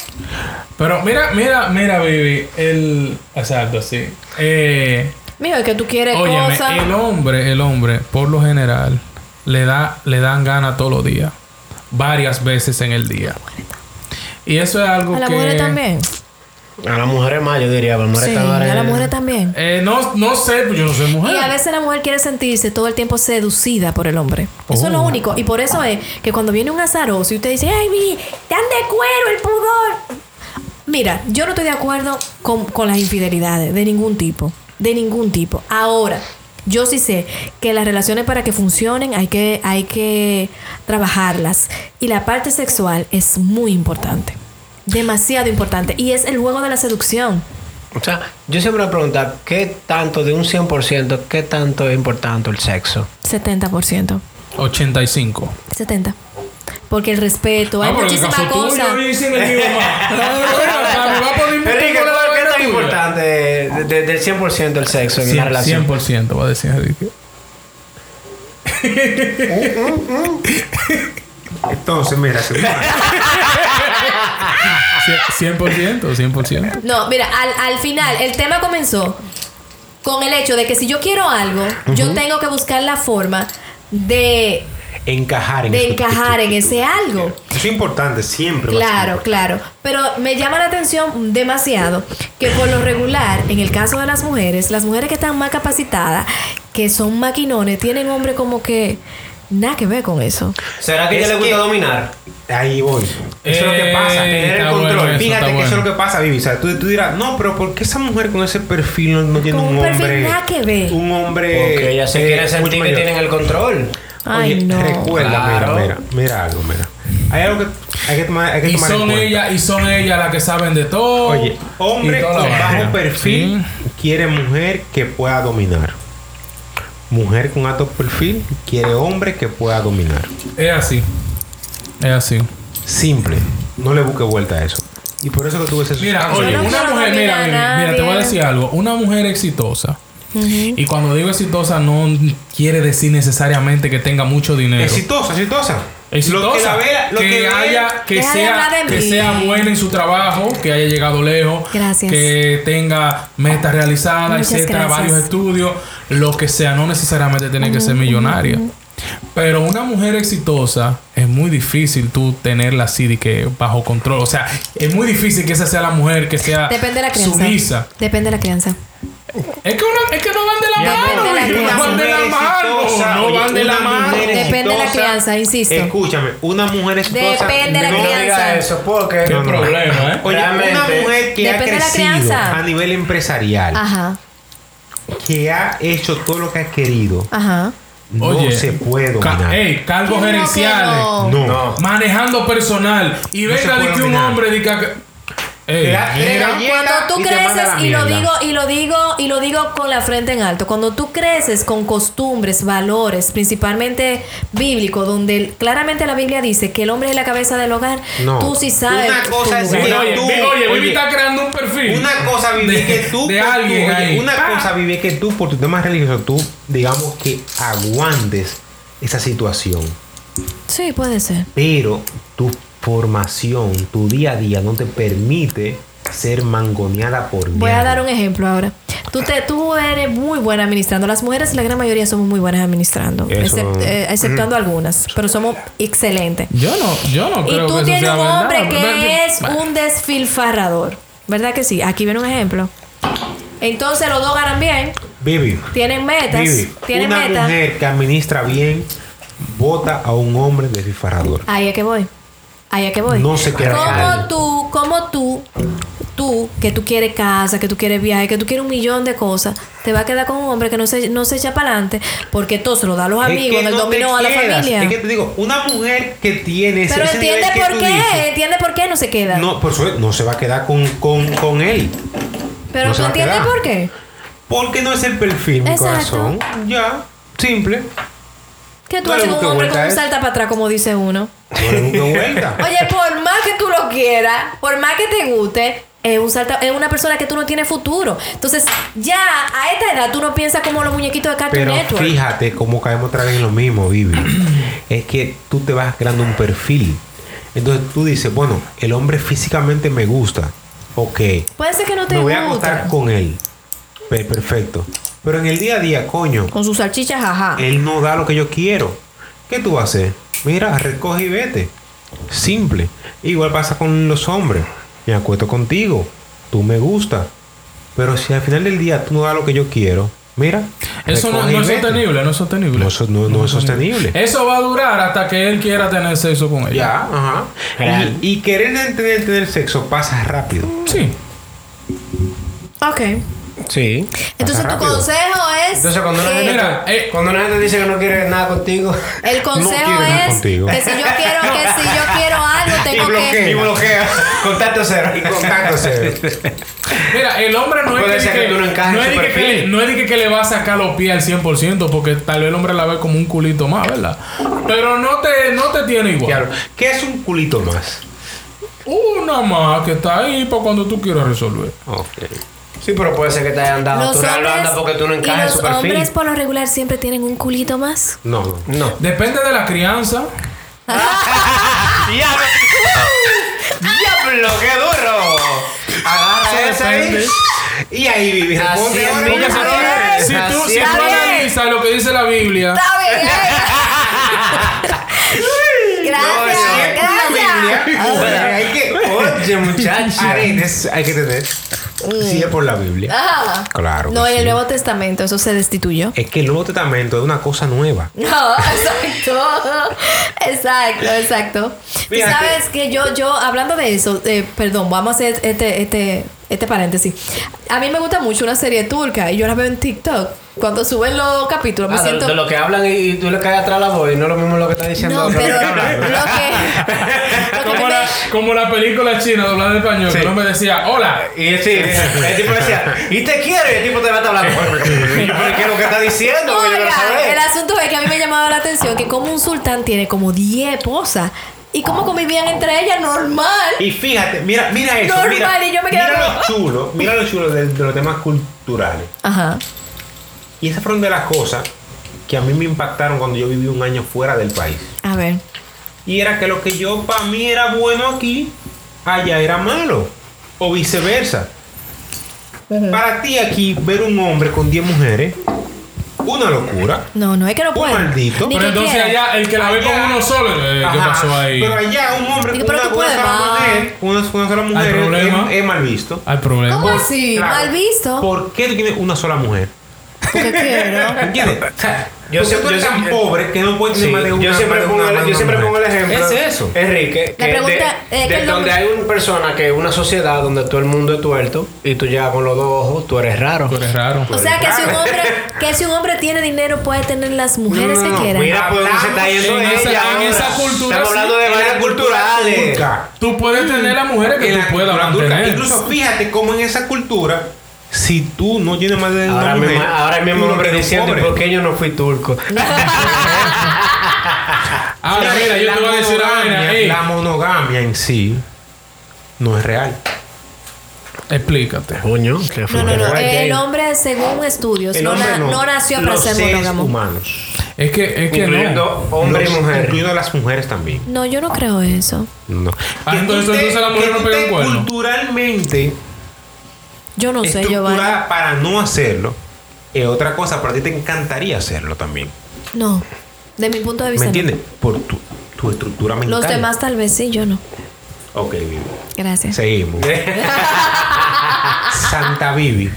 E: Pero mira, mira, mira, baby. El... Exacto, sí. Eh...
B: Mijo, es que tú quieres
E: Óyeme,
B: cosas.
E: el hombre, el hombre, por lo general, le da, le dan gana todos los días. Varias veces en el día. Y eso es algo
B: A las
E: que.
B: mujeres también.
C: A las mujeres más, yo diría. A las
B: Sí,
C: mujeres están ahora
B: a
C: en-
B: las mujeres también.
E: Eh, no, no sé, pues yo no soy mujer.
B: Y a veces la mujer quiere sentirse todo el tiempo seducida por el hombre. Eso es lo
E: Oh.
B: único. Y por eso es que cuando viene un azaroso y usted dice, ay, mi, te han de cuero el pudor. Mira, yo no estoy de acuerdo con, con las infidelidades de ningún tipo. De ningún tipo. Ahora, yo sí sé que las relaciones para que funcionen hay que, hay que trabajarlas. Y la parte sexual es muy importante. Demasiado importante. Y es el juego de la seducción.
C: O sea, yo siempre me preguntar ¿qué tanto de un 100%, qué tanto es importante el sexo?
B: 70%.
E: 85.
B: 70. Porque el respeto, hay
E: Ah, pero en el
B: muchísimas
E: caso tuyo,
B: cosas.
E: ahí sí me digo, ma. No, no, no,
C: Ah,
E: no, me va a poner un
C: Enrique,
E: poco de la
C: ¿cuál- ¿qué
E: vaina
C: es tan
E: tuya?
C: importante de- de- del 100% el sexo en una relación?
E: 100% va a decir Enrique.
D: Entonces, mira, seguimos.
E: 100%, 100%.
B: No, mira, al, al final, el tema comenzó con el hecho de que si yo quiero algo, yo tengo que buscar la forma de,
D: encajar en
B: de
D: eso.
B: encajar en ese algo.
D: Eso es importante, siempre. va a ser
B: Claro,
D: importante.
B: claro. Pero me llama la atención demasiado que por lo regular, en el caso de las mujeres, las mujeres que están más capacitadas, que son maquinones, tienen hombres como que nada que ver con eso.
C: ¿Será que a
D: Es
C: ella le gusta
D: que-
C: dominar?
D: Ahí voy. Eso es lo que
E: Eh,
D: pasa, tener el
E: está
D: control.
E: bueno eso,
D: Fíjate
E: está
D: que eso es
E: bueno.
D: lo que pasa, Vivi. O sea, tú, tú dirás, no, pero ¿por qué esa mujer con ese perfil no- no tiene
B: Con
D: un,
B: un perfil
D: hombre?
B: nada que ver.
D: Un hombre.
C: Porque ellas se
D: eh,
C: quieren
D: mucho
C: sentir que
D: mayor?
C: tienen el control.
B: Ay,
D: Oye,
B: no.
D: Recuerda,
C: Claro.
D: mira, mira, mira algo, mira. Hay algo que hay que tomar, hay que
E: Y
D: tomar en
E: son
D: cuenta.
E: ellas, y son ellas las que saben de todo.
D: Oye,
E: y
D: hombre
E: toda la
D: con
E: vaina.
D: bajo perfil quiere mujer que pueda dominar. Mujer con alto perfil quiere hombre que pueda dominar.
E: Es así. Es así.
D: Simple. No le busque vuelta a eso. Y por eso que tú ves eso. Ah,
E: Mira,
B: Yo
E: oye,
B: no
E: una
B: quiero
E: mujer,
B: dominar
E: mira,
B: a
E: mira, mira, te voy a
B: nadie.
E: decir algo. Una mujer exitosa. Y cuando digo exitosa, no quiere decir necesariamente que tenga mucho dinero.
D: exitosa, exitosa.
E: Exitosa.
D: Lo que la vea, lo
E: que,
D: que, vea-
E: haya, que
B: Deja de
E: sea,
B: hablar de
E: que
B: mí.
E: sea buena en su trabajo, que haya llegado lejos,
B: Gracias.
E: que tenga metas realizadas,
B: Muchas
E: etcétera,
B: gracias. Mm.
E: varios estudios, lo que sea, no necesariamente tiene que ser millonaria. Pero una mujer exitosa es muy difícil tú tenerla así de que bajo control. O sea, es muy difícil que esa sea la mujer que sea
B: Depende de la crianza.
E: sumisa.
B: Depende de la crianza.
E: Es que, una- es que no van de la
B: Depende
E: mano.
B: de la
E: Luis,
B: crianza.
E: No van de la mano. No
D: Oye,
E: van de la
D: una
E: mano.
D: mujer
B: Depende de la
D: exitosa-
B: crianza, insisto.
D: Escúchame, una mujer exitosa.
B: Depende de la
D: no-
C: No
B: crianza.
C: diga eso, porque.
E: Qué
D: No, no.
E: problema, ¿eh?
D: Oye, una
C: Realmente.
D: mujer que
B: Depende de
D: ha
B: la
D: crecido
B: crianza.
D: a nivel empresarial,
B: Ajá,
D: que ha hecho todo lo que ha querido,
B: ajá.
D: no
E: Oye,
D: se puede
E: ca-
D: dominar.
E: ey, cargos
B: ¿Quién no
E: gerenciales,
B: que no?
D: No.
C: No.
E: manejando personal. Y
D: No se
E: venga de
D: puede
E: que un
D: dominar.
E: hombre diga que. Ey,
D: Mira,
E: mira.
D: mira. llega
B: Cuando tú
D: y te manda
B: creces
D: la
B: y lo
D: mierda.
B: digo y lo digo y lo digo con la frente en alto, cuando tú creces con costumbres, valores, principalmente bíblicos, donde el- claramente la Biblia dice que el hombre es la cabeza del hogar,
D: No.
B: tú sí sabes.
D: Una cosa
B: tu
D: es
B: lugar.
E: Mira, oye,
D: tú,
E: vi- oye, Vivi
D: oye.
E: está creando un perfil.
D: Una cosa vive
E: De-
D: que tú,
E: de
D: por tu-
E: alguien
D: oye,
E: ahí.
D: una
E: Pa.
D: cosa vive que tú por tu tema religioso tú digamos que aguantes esa situación,
B: Sí, puede ser.
D: pero tu formación, tu día a día no te permite ser mangoneada por
B: Voy a
D: nadie.
B: dar un ejemplo ahora. Tú, te, tú eres muy buena administrando. Las mujeres, la gran mayoría, somos muy buenas administrando.
D: Eso-
B: excep- eh, exceptuando algunas, pero somos excelentes.
E: Yo no, yo no
B: Y
E: creo que
B: tú
E: eso
B: tienes
E: sea
B: un
E: verdad,
B: hombre
E: ¿verdad?
B: que es
E: Bueno,
B: un desfilfarrador. ¿Verdad que sí? Aquí viene un ejemplo. Entonces los dos ganan bien,
D: Vivi,
B: tienen e- metas,
D: Vivi,
B: tienen
D: una
B: metas.
D: mujer que administra bien vota a un hombre desbifarador.
B: Ahí es que voy. Ahí es que voy.
D: No se queda
B: Como
D: calvo.
B: tú, como tú, tú, que tú quieres casa, que tú quieres viaje, que tú quieres un millón de cosas, te va a quedar con un hombre que no se, no se echa para adelante porque todo se lo da a los amigos, del dominó, a la familia.
D: Es que te digo, una mujer que tiene ese-
B: Pero
D: ese nivel
B: entiende
D: que
B: por
D: tú
B: qué,
D: dices,
B: entiende por qué no se queda.
D: no, por supuesto, no se va a quedar con, con, con él.
B: Pero
D: no se
B: tú
D: va a
B: entiendes
D: quedar.
B: por qué.
D: Porque no es el perfil, mi
B: Exacto.
D: corazón. Ya, simple.
B: Que tú
D: No le
B: haces con
C: pues,
B: un
D: busques
B: hombre
D: vuelta a
B: con un
C: ¿eh?
D: eso.
B: salta para atrás, como dice uno.
D: No le busques vuelta.
B: Oye, por más que tú lo quieras, por más que te guste, es, un salta- es una persona que tú no tienes futuro. Entonces, ya a esta edad tú no piensas como los muñequitos de Cartoon
D: Pero
B: Network.
D: fíjate cómo caemos otra vez en lo mismo, Vivi. es que tú te vas creando un perfil. Entonces tú dices, bueno, el hombre físicamente me gusta. Ok.
B: Puede ser que no te
D: Me voy
B: guste.
D: a acostar con él. Pe- Perfecto. Pero en el día a día, coño,
B: Con sus salchichas, ajá.
C: Eh,
D: él no da lo que yo quiero. ¿Qué tú vas a hacer? Mira, recoge y vete. Simple. Igual pasa con los hombres. Me acuesto contigo. Tú me gusta. Pero si al final del día tú no das lo que yo quiero, mira.
E: Eso no,
D: recoge y
E: no es
D: vete.
E: sostenible, no es sostenible.
D: No, so- no- no es sostenible.
E: Eso va a durar hasta que él quiera tener sexo con ella.
D: Ya, ajá.
C: Real.
D: Y, y querer tener, tener sexo pasa rápido.
E: Sí.
B: Ok.
C: Sí.
B: Entonces, tu
D: rápido.
B: consejo es.
C: Entonces, cuando una,
B: que-
C: gente,
E: Mira, eh,
C: cuando una gente dice que no quiere nada contigo.
B: el consejo
D: quiero nada
B: es
D: contigo.
B: que si yo quiero que si yo quiero algo tengo que
C: Y bloquea. Contacto cero.
D: Y contacto cero.
E: Mira, el hombre no es
C: Puede
E: de
C: ser que tú no encajes
E: no es
C: en su
E: de que
C: perfil.
E: le- no es de que- que le va a sacar los pies al 100%, porque tal vez el hombre la ve como un culito más, ¿verdad? Pero no te, no te tiene igual.
D: Diablo. ¿Qué es un culito más?
E: Una más que está ahí para cuando tú quieras resolver.
D: Ok.
C: Sí, pero puede ser que te hayan dado.
B: los
C: tú no lo
B: hombres
C: andas porque tú no
B: y
C: encajas en
B: los
C: su perfil.
B: hombres por lo regular siempre tienen un culito más
D: No, no.
C: No.
E: Depende de la crianza.
C: ¡Diablo! ¡Diablo! ¡Qué duro! Agarra
E: Eso
C: esa ahí.
E: depende.
D: Y ahí viví.
C: Así es, niña,
B: Así
C: señores.
B: es.
E: Si tú, si tú
C: Así
B: Está bien.
E: analizas lo que dice la Biblia,
B: está bien
C: Oye,
B: gracias gracias
C: Oye, hay que- Oye, muchachos.
D: Arenes hay que tener. Sí, es por la Biblia.
B: Ah.
D: Claro.
B: no
D: que
B: en el
D: sí.
B: Nuevo Testamento eso se destituyó
D: Es que el Nuevo Testamento es una cosa nueva.
B: No, exacto. Exacto, exacto. Tú
D: Fíjate.
B: sabes que yo, yo, hablando de eso, eh, perdón, vamos a hacer este, este, este paréntesis. A mí me gusta mucho una serie turca y yo la veo en TikTok. Cuando suben los capítulos me
C: Ah, de-
B: siento...
C: de lo que hablan y, y tú le caes atrás la voz y no es lo mismo lo que está diciendo.
B: no,
C: otro que
B: pero
C: está
B: lo que...
C: hablando.
B: lo que
E: Como
B: me-
E: la, como la película china doblada en español,
C: Sí.
E: que no me decía, hola.
C: Y sí, el tipo decía, y te quiero, y el tipo te va a estar hablando. Y yo, pero ¿qué es lo que está diciendo? güey? Yo quiero
B: Oiga,
C: saber.
B: el asunto es que a mí me llamaba la atención que como un sultán tiene como 10 esposas y cómo convivían entre ellas normal.
D: Y fíjate, mira, mira eso.
B: Normal,
D: mira,
B: y yo me quedo
D: mira
B: como-
D: lo chulo, mira lo chulo de, de los temas culturales.
B: Ajá.
D: Y esas fueron de las cosas que a mí me impactaron cuando yo viví un año fuera del país.
B: A ver.
D: Y era que lo que yo para mí era bueno aquí, allá era malo. O viceversa. Para ti aquí, ver un hombre con 10 mujeres, una locura.
B: No, no es que no
D: Un
B: puedo.
D: maldito.
B: Ni que
E: Pero entonces
B: quiera.
E: allá el que la ve con
D: Allá-
E: uno solo, eh, ¿qué
D: Ajá.
E: pasó ahí?
D: Pero allá un hombre
B: Digo,
D: con
B: pero
D: una,
B: tú puedes,
D: sola
B: va.
D: mujer, una, una sola mujer
E: problema.
D: es, es mal visto.
E: Hay problema.
B: ¿Cómo así?
D: Pues, Claro. Pues,
B: Mal visto.
D: ¿Por qué tú tienes una sola mujer?
B: Porque quiero.
D: ¿Entiendes? O sea,
C: Yo
D: porque
C: siempre-
D: tú eres
C: yo
D: tan
C: siempre-
D: pobre que no puedes tener
C: Sí,
D: más de una-
C: yo siempre
D: más de
C: pongo,
D: una-
C: el-
D: más de
C: yo
D: una
C: siempre
D: mujer.
C: pongo el ejemplo.
D: Es eso.
C: Enrique,
B: La
C: que
B: pregunta,
C: de-
B: eh,
C: de
B: que el
C: donde
B: nombre-
C: hay una persona que es una sociedad donde todo el mundo es tuerto y tú llegas con los dos ojos, tú eres raro.
E: Tú eres raro.
D: Pues,
B: O sea que si un hombre, que si un hombre tiene dinero puede tener las mujeres
D: No, no, no,
B: que quiera.
C: Mira por dónde se está yendo
E: En
C: ella.
E: esa- en
C: ahora.
E: esa cultura,
C: Estamos
E: sí.
C: hablando de
D: En la
C: valores
D: cultura
C: culturales.
D: turca.
E: Tú puedes tener las mujeres que
D: En
E: tú
D: Mm. la
E: puedas
D: cultura turca.
E: mantener.
D: Incluso fíjate cómo en esa cultura, si tú no tienes más de una
C: Ahora mismo,
D: mujer,
C: ahora mismo
D: tú
C: un
D: no
C: hombre
D: eres
C: diciendo,
D: pobre.
C: ¿por qué yo no fui turco?
E: Ahora, Ah, mira, yo
D: La
E: te voy a decir una
D: monogamia-
E: vaina, ey,
D: La monogamia en sí no es real.
E: Explícate.
C: Coño,
B: no, no, no.
D: Porque
B: El hombre, según estudios,
D: El
B: Pues no,
D: hombre
B: na-
D: no.
B: no nació para
D: Los
B: ser
D: seres
B: monógamo.
D: humanos.
E: Es que, es que no.
C: Incluyendo hombre y
D: Los-
C: mujer.
D: Incluyendo las mujeres también.
B: No, yo no creo eso.
D: No.
E: Ah,
D: Que
E: entonces-
D: tú te-
E: entonces la mujer
D: que
E: no
D: tú
E: pega
D: te
E: un cuerno.
D: Culturalmente
B: Yo no sé, Giovanni.
D: estructurada para no hacerlo es otra cosa, pero a ti te encantaría hacerlo también.
B: No. De mi punto de
D: ¿Me
B: vista. no.
D: entiendes? Por tu, tu estructura mental.
B: Los demás tal vez sí, yo no.
D: Ok, Vivi.
B: Gracias.
D: Seguimos.
E: Eh.
D: Santa Vivi.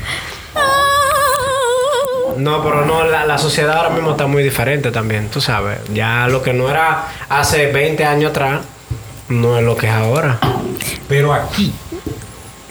C: No, pero no, la, la sociedad ahora mismo está muy diferente también, tú sabes. Ya lo que no era hace 20 años atrás, no es lo que es ahora.
D: Pero aquí,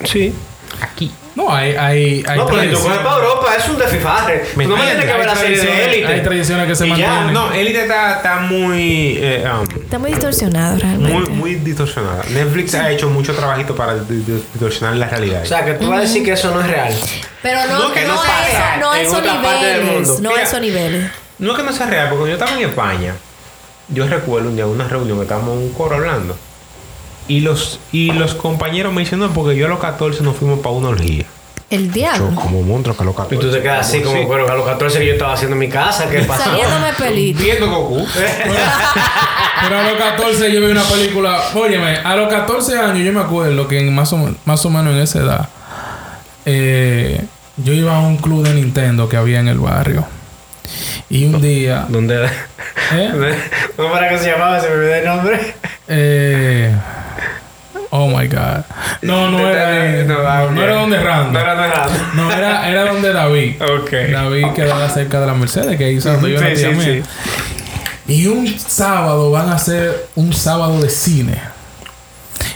C: Sí.
D: aquí.
E: No, hay, hay, hay
C: No, pero si tú
E: tradiciones.
C: coges para Europa, es un desfifarre. Tú no me
D: Mentira,
C: tienes que
E: hay
C: ver la serie de
E: tradiciones-
C: élite.
E: hay tradiciones que se
C: Y ya,
E: mantienen.
D: No, Elite está, está muy, eh, um,
B: Está muy distorsionado realmente.
D: muy, muy distorsionada. Netflix ha hecho mucho trabajito para di- di- distorsionar la realidad.
C: O sea, que tú vas a decir que eso no es real.
B: Pero no,
D: No, que
B: no,
D: no
B: a
D: sea
B: eso-
D: real
B: no a
C: en
B: esos
C: otra parte del
B: niveles.
C: mundo.
B: No a
D: Mira.
B: esos niveles.
D: No es que no sea real, porque cuando yo estaba en España, yo recuerdo un día una reunión que estábamos en un coro hablando. Y los, y los compañeros me dicen, no, porque yo a los 14 nos fuimos para una orgía.
B: El
D: Yo
B: diablo.
D: como monstruo que a los 14.
C: Y tú te quedas así como, bueno, a los 14 que yo estaba haciendo en mi casa, ¿qué pasó?
B: Saliéndome pelito.
D: Viendo Goku.
E: Pero a los 14 yo vi una película. Óyeme, a los 14 años yo me acuerdo que en más, o, más o menos en esa edad, eh, yo iba a un club de Nintendo que había en el barrio. Y un día.
C: ¿Dónde?
E: ¿eh?
C: No para que se llamaba, se me olvidó el nombre.
E: Eh, oh my god. No, no era. eh, No, no era donde Rando.
C: No era donde Rando.
E: No, era, era donde David.
C: Ok.
E: David quedaba cerca de la Mercedes, que ahí es donde yo
C: Sí,
E: la tía
C: sí,
E: mía. Y un sábado van a hacer un sábado de cine.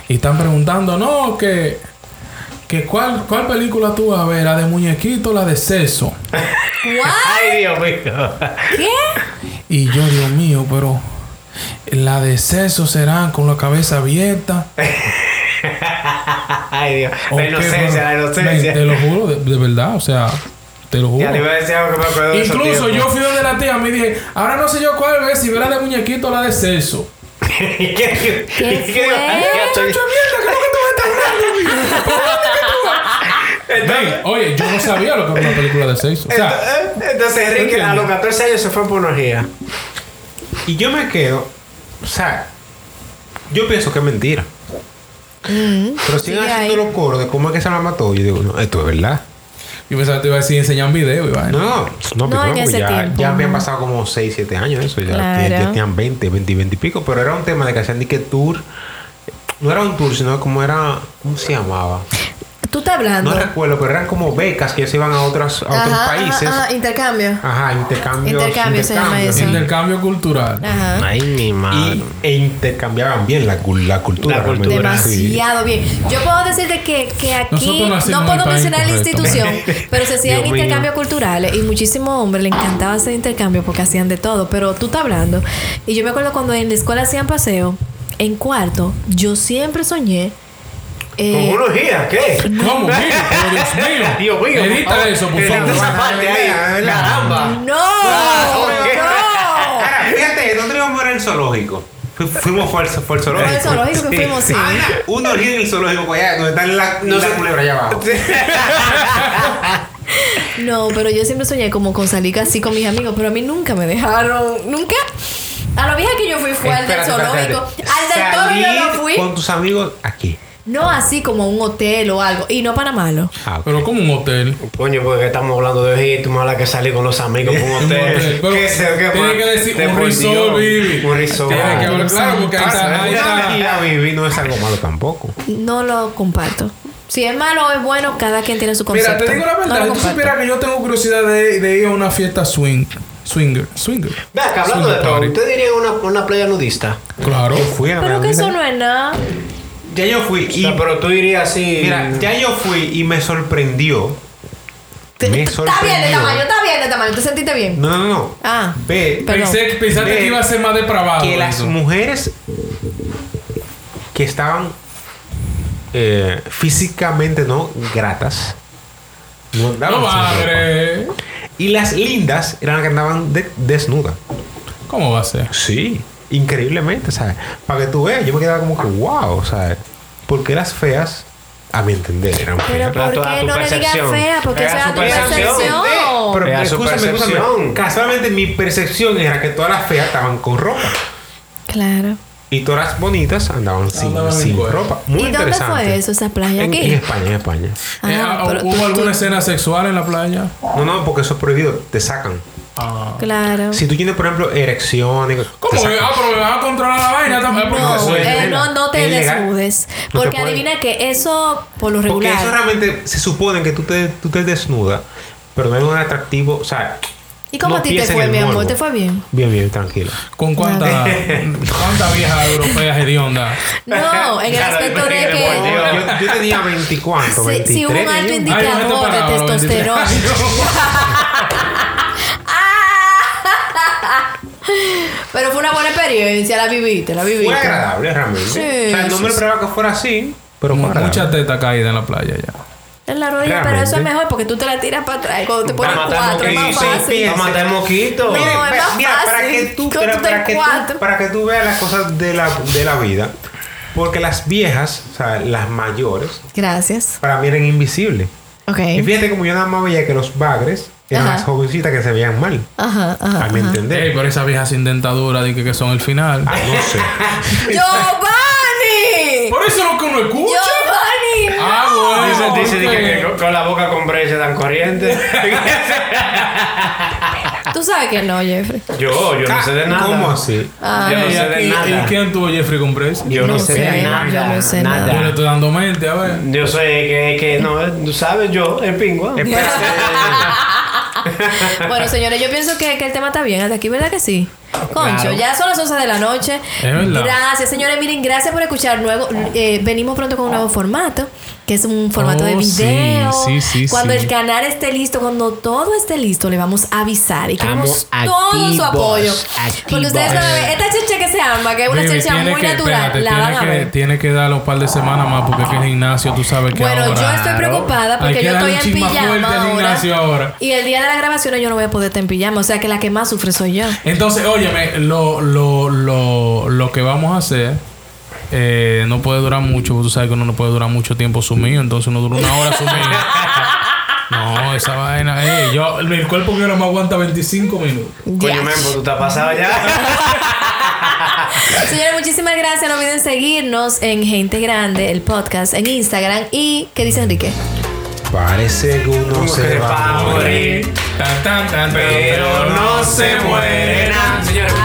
E: Y están preguntando, no, que, que cuál, cuál película tú vas a ver, la de muñequito o la de sexo.
B: ¿What?
C: Ay, Dios mío.
B: ¿Qué?
E: Y yo, Dios mío, pero la de sexo será con la cabeza abierta.
C: Ay, Dios.
E: ¿O
C: La
E: qué,
C: inocencia, la
E: mano?
C: inocencia.
E: Ven, Te lo juro, de, de verdad, o sea, te lo juro.
C: Ya le iba a decir algo que me acuerdo de esos
E: Incluso yo
C: tiempos.
E: fui donde la tía me dije, ahora no sé yo cuál ver, si verá de muñequito o la de sexo.
C: ¿Y qué digo? ¿Y qué digo?
B: fue?
C: Ay, ya estoy-
E: Ven, oye, yo no sabía lo que era una película de sexo. O sea,
C: Entonces, entonces, Enrique a los 14 años se fue por una orgía.
D: Y yo me quedo, o sea, yo pienso que es mentira. Pero siguen
B: Sigue
D: haciendo
B: ahí.
D: los coros de cómo es que se la mató. Yo digo, no, esto es verdad.
E: yo pensaba que te iba a decir enseñar un video y vaina.
D: No, no, no,
B: No, en
D: porque
B: ese
D: ya,
B: tiempo.
D: ya habían pasado como 6, 7 años eso. Ya,
B: Claro.
D: tenían- ya tenían 20, 20, 20 y pico. Pero era un tema de que hacían ni que tour. No era un tour, sino como era. ¿Cómo se llamaba?
B: Tú estás hablando.
D: No recuerdo, pero eran como becas que se iban a, otras, a otros
B: Ajá,
D: países.
B: ajá, ajá, intercambio.
D: Ajá, intercambios.
B: Intercambio se llama
D: intercambios.
B: eso.
E: Intercambio cultural.
B: Ajá.
A: Ay, mi madre.
D: Y, e intercambiaban bien la, cul- la cultura.
A: La cultura.
D: realmente. Sí.
B: Demasiado bien. Yo puedo decirte que, que aquí
E: Nosotros nacimos
B: no
E: en
B: puedo
E: el país
B: mencionar la
E: correcto.
B: institución, pero se hacían
D: Dios mío.
B: intercambios culturales y muchísimos hombres le encantaba hacer intercambio porque hacían de todo. Pero tú estás hablando. Y yo me acuerdo cuando en la escuela hacían paseo, en cuarto, yo siempre soñé.
D: ¿Con
B: eh,
D: una orgía? ¿Qué?
E: ¿Cómo? Mira, pero
D: Dios
E: Dios mío.
D: mío.
E: Edita
D: por favor.
E: eso, por
D: Edita
E: favor.
D: esa parte ahí. Caramba.
B: ¡No!
D: ¿Qué?
B: ¡No!
D: Ahora, fíjate, nosotros íbamos al zoológico. Fu- Fuimos por el, por el zoológico.
B: Por el zoológico que fuimos, sí.
D: Ana, una orgía en el zoológico, pues allá, donde está la,
A: No
D: la
A: sé.
D: culebra allá abajo.
B: No, pero yo siempre soñé como con salir así con mis amigos, pero a mí nunca me dejaron, nunca. A lo vieja que yo fui fue al del
D: Espérate,
B: zoológico.
D: espérate.
B: Al del toro yo no
D: Salir
B: fui.
D: Con tus amigos aquí.
B: No así como un hotel o algo. Y no para malo.
D: Ah,
E: Pero como un hotel.
A: Coño, porque estamos hablando de ojí, tú me hablas que salí con los amigos con
E: Un hotel.
A: ustedes.
E: Pero
A: ¿Qué se- qué
E: tiene
A: más?
E: que decir
A: Te
E: un
A: por
E: resort,
A: Dios,
E: baby.
A: Un resort.
E: Tiene que hablar claro porque ahí está. ahí
D: Una
E: está.
D: orgía, baby, no es algo malo tampoco.
B: No lo comparto. Si es malo o es bueno, cada quien tiene su concepto.
E: Mira, te digo la
B: No lo
E: verdad. Tú
B: comparto.
E: supieras que yo tengo curiosidad de, de ir a una fiesta swing. Swinger. Swinger.
A: Ve acá, hablando de
E: Swinger
A: todo,
E: party.
A: ¿usted diría una, una playa nudista?
E: Claro.
D: Yo fui a la
B: Pero que
D: Carolina.
B: eso no es nada.
D: Ya yo fui y
A: O sea, pero tú dirías así.
D: mira, ya yo fui y me sorprendió.
B: Te-
D: Me
B: Está bien de
D: sorprendió.
B: tamaño, está bien de tamaño. ¿Te sentiste bien?
D: No, no, no.
B: Ah.
D: Ve
B: Pero-
E: Pensé, pensaste que
D: Ve
E: iba a ser más depravado.
D: que las
E: eso.
D: mujeres que estaban eh, físicamente no gratas. No
E: No
D: andaban sin ropa.
E: madre.
D: Y las lindas eran las que andaban de- desnudas.
E: ¿Cómo va a ser?
D: Sí. Increíblemente, ¿sabes? Para que tú veas, yo me quedaba como que, wow, ¿sabes? Porque las feas, a mi entender, eran
B: Pero
D: feas.
A: Pero a
B: ¿por
A: tu- a
B: qué
A: tu
B: no le digas
A: percepción.
B: fea? Porque
A: Era
B: esa
A: su
B: es tu
A: percepción.
B: percepción.
D: Pero
A: Era su
D: escúchame, escúchame.
A: percepción.
D: Casualmente mi percepción era que todas las feas estaban con ropa.
B: Claro.
D: Y todas las bonitas andaban sin,
E: Andaban
D: sin
E: igual.
D: ropa. Muy
B: ¿Y dónde
D: interesante.
B: fue eso, esa playa?
D: En,
B: ¿Aquí?
D: en España, en España.
B: Ah,
E: Eh, ah,
B: pero
E: ¿Hubo
B: tú-
E: alguna
B: tú-
E: escena sexual en la playa?
D: No, no, porque eso es prohibido. Te sacan.
E: Ah.
B: Claro.
D: Si tú tienes, por ejemplo, erecciones. te
E: ¿Cómo?
D: sacan.
E: Ah, pero me vas a controlar la vaina también. porque
B: No,
E: soy-
B: eh,
D: ilegal.
B: no, no te
D: Es ilegal.
B: desnudes.
D: No
B: Porque
D: te puedes.
B: adivina que eso, por lo
D: Porque
B: regular.
D: eso realmente se supone que tú te, tú te desnudas, pero no es un atractivo. O sea.
B: ¿Y cómo
D: no
B: a ti te
D: piensa en
B: fue,
D: el
B: mi amor?
D: morbo.
B: ¿Te fue bien?
D: Bien, bien, tranquilo.
E: ¿Con cuánta, cuánta vieja europea hedionda?
B: No, en el
A: Claro,
B: aspecto de
A: imagínate, por
B: que.
A: Dios.
D: Yo, yo tenía 24,
B: Si,
D: 23.
B: si hubo un alto
D: años.
E: Ay, no te
B: indicador de
E: paraba,
B: testosterona.
E: 23.
B: ¡Ah! Pero fue una buena experiencia, la viviste, la
D: Fue
B: viviste.
D: agradable, realmente.
B: Sí,
D: o sea, no
B: sí,
D: me
B: sí.
D: esperaba que fuera así, pero fue agradable.
E: Mucha teta caída en la playa ya.
B: En la rodilla, pero
D: Realmente.
B: eso es mejor porque tú te la tiras para atrás. y Cuando te
A: Para
B: pones
A: matar
B: cuatro, es más
A: mosquitos.
B: fácil.
A: Para matar mosquitos.
D: Mire,
B: No, es
D: pa-
B: más
D: mira, para
B: fácil
D: que tú,
B: que
D: pero
B: tú te
D: para que
B: encuadres.
D: tú, para que tú veas las cosas de la, de la vida, porque las viejas, o sea, las mayores,
B: Gracias.
D: para mí eran invisibles.
B: Ok.
D: Y fíjate como yo nada más veía que los bagres eran
B: ¿Eh? Ajá.
D: las jovencitas que se veían mal.
B: Ajá,
D: A
B: ajá.
D: mi
E: Ey,
D: entender.
E: pero esas viejas sin dentadura de que, que son el final.
D: Ay, no sé.
B: ¡Giovanni!
E: Por eso es lo que uno escucha.
B: ¡Giovanni!
E: Ah, bueno.
A: Dice, dice
E: ok.
A: que, que con, con la boca con brecha tan corriente.
B: Tú sabes que no, Jeffrey.
A: yo, yo no sé de nada.
D: ¿Cómo así?
B: Ah.
A: Yo no
E: Ey,
A: sé de
E: aquí, ¿Y
A: nada.
E: quién tuvo Jeffrey Compress?
A: Yo no, sé de nada.
B: yo no sé nada.
E: Yo le estoy dando mente, a ver.
A: Yo sé que, que no, eh, tú sabes, yo, el pingüino.
B: Bueno, señores, yo pienso que, que el tema está bien. Hasta aquí, ¿verdad que sí? Concho,
A: Claro.
B: ya son las 11 de la noche.
E: Es verdad.
B: Gracias, señores. Miren, gracias por escuchar. Nuevo, eh, venimos pronto con un nuevo formato, que es un formato
E: Oh,
B: de
E: sí,
B: video.
E: sí, sí,
B: cuando
E: sí.
B: el canal esté listo, cuando todo esté listo, le vamos a avisar. Y queremos
A: Estamos
B: todo su
A: activos,
B: apoyo. Porque
A: activos.
B: ustedes saben, esta chicha que se arma, que es una
E: Baby,
B: chicha
E: tiene
B: muy
E: que-
B: natural,
E: espérate,
B: la van a
E: tiene, que,
B: ver.
E: tiene que darle un par de semanas más porque es que el gimnasio, tú sabes que
B: Bueno,
E: ahora-
B: yo estoy preocupada
E: Hay
B: porque
E: que
B: yo
E: darle
B: estoy en
E: un chin más fuerte al
B: pijama
E: gimnasio
B: ahora,
E: ahora.
B: Y el día de la grabación yo no voy a poder estar en pijama, o sea que la que más sufre soy yo.
E: Entonces, óyeme, lo, lo, lo, lo que vamos a hacer eh, no puede durar mucho, porque tú sabes que uno no puede durar mucho tiempo sumido, entonces uno dura una hora sumido. No, esa vaina. Ey, yo, el cuerpo mío no me aguanta 25 minutos.
A: Coño, men, pues tú te has pasado ya.
B: Señores, muchísimas gracias. No olviden seguirnos en Gente Grande, el podcast, en Instagram. ¿Y qué dice Enrique?
D: Parece que uno
A: Como que
D: se va a morir.
E: Tan, tan, tan, tan,
A: Pero no se muere
E: muere
A: nada. Señores,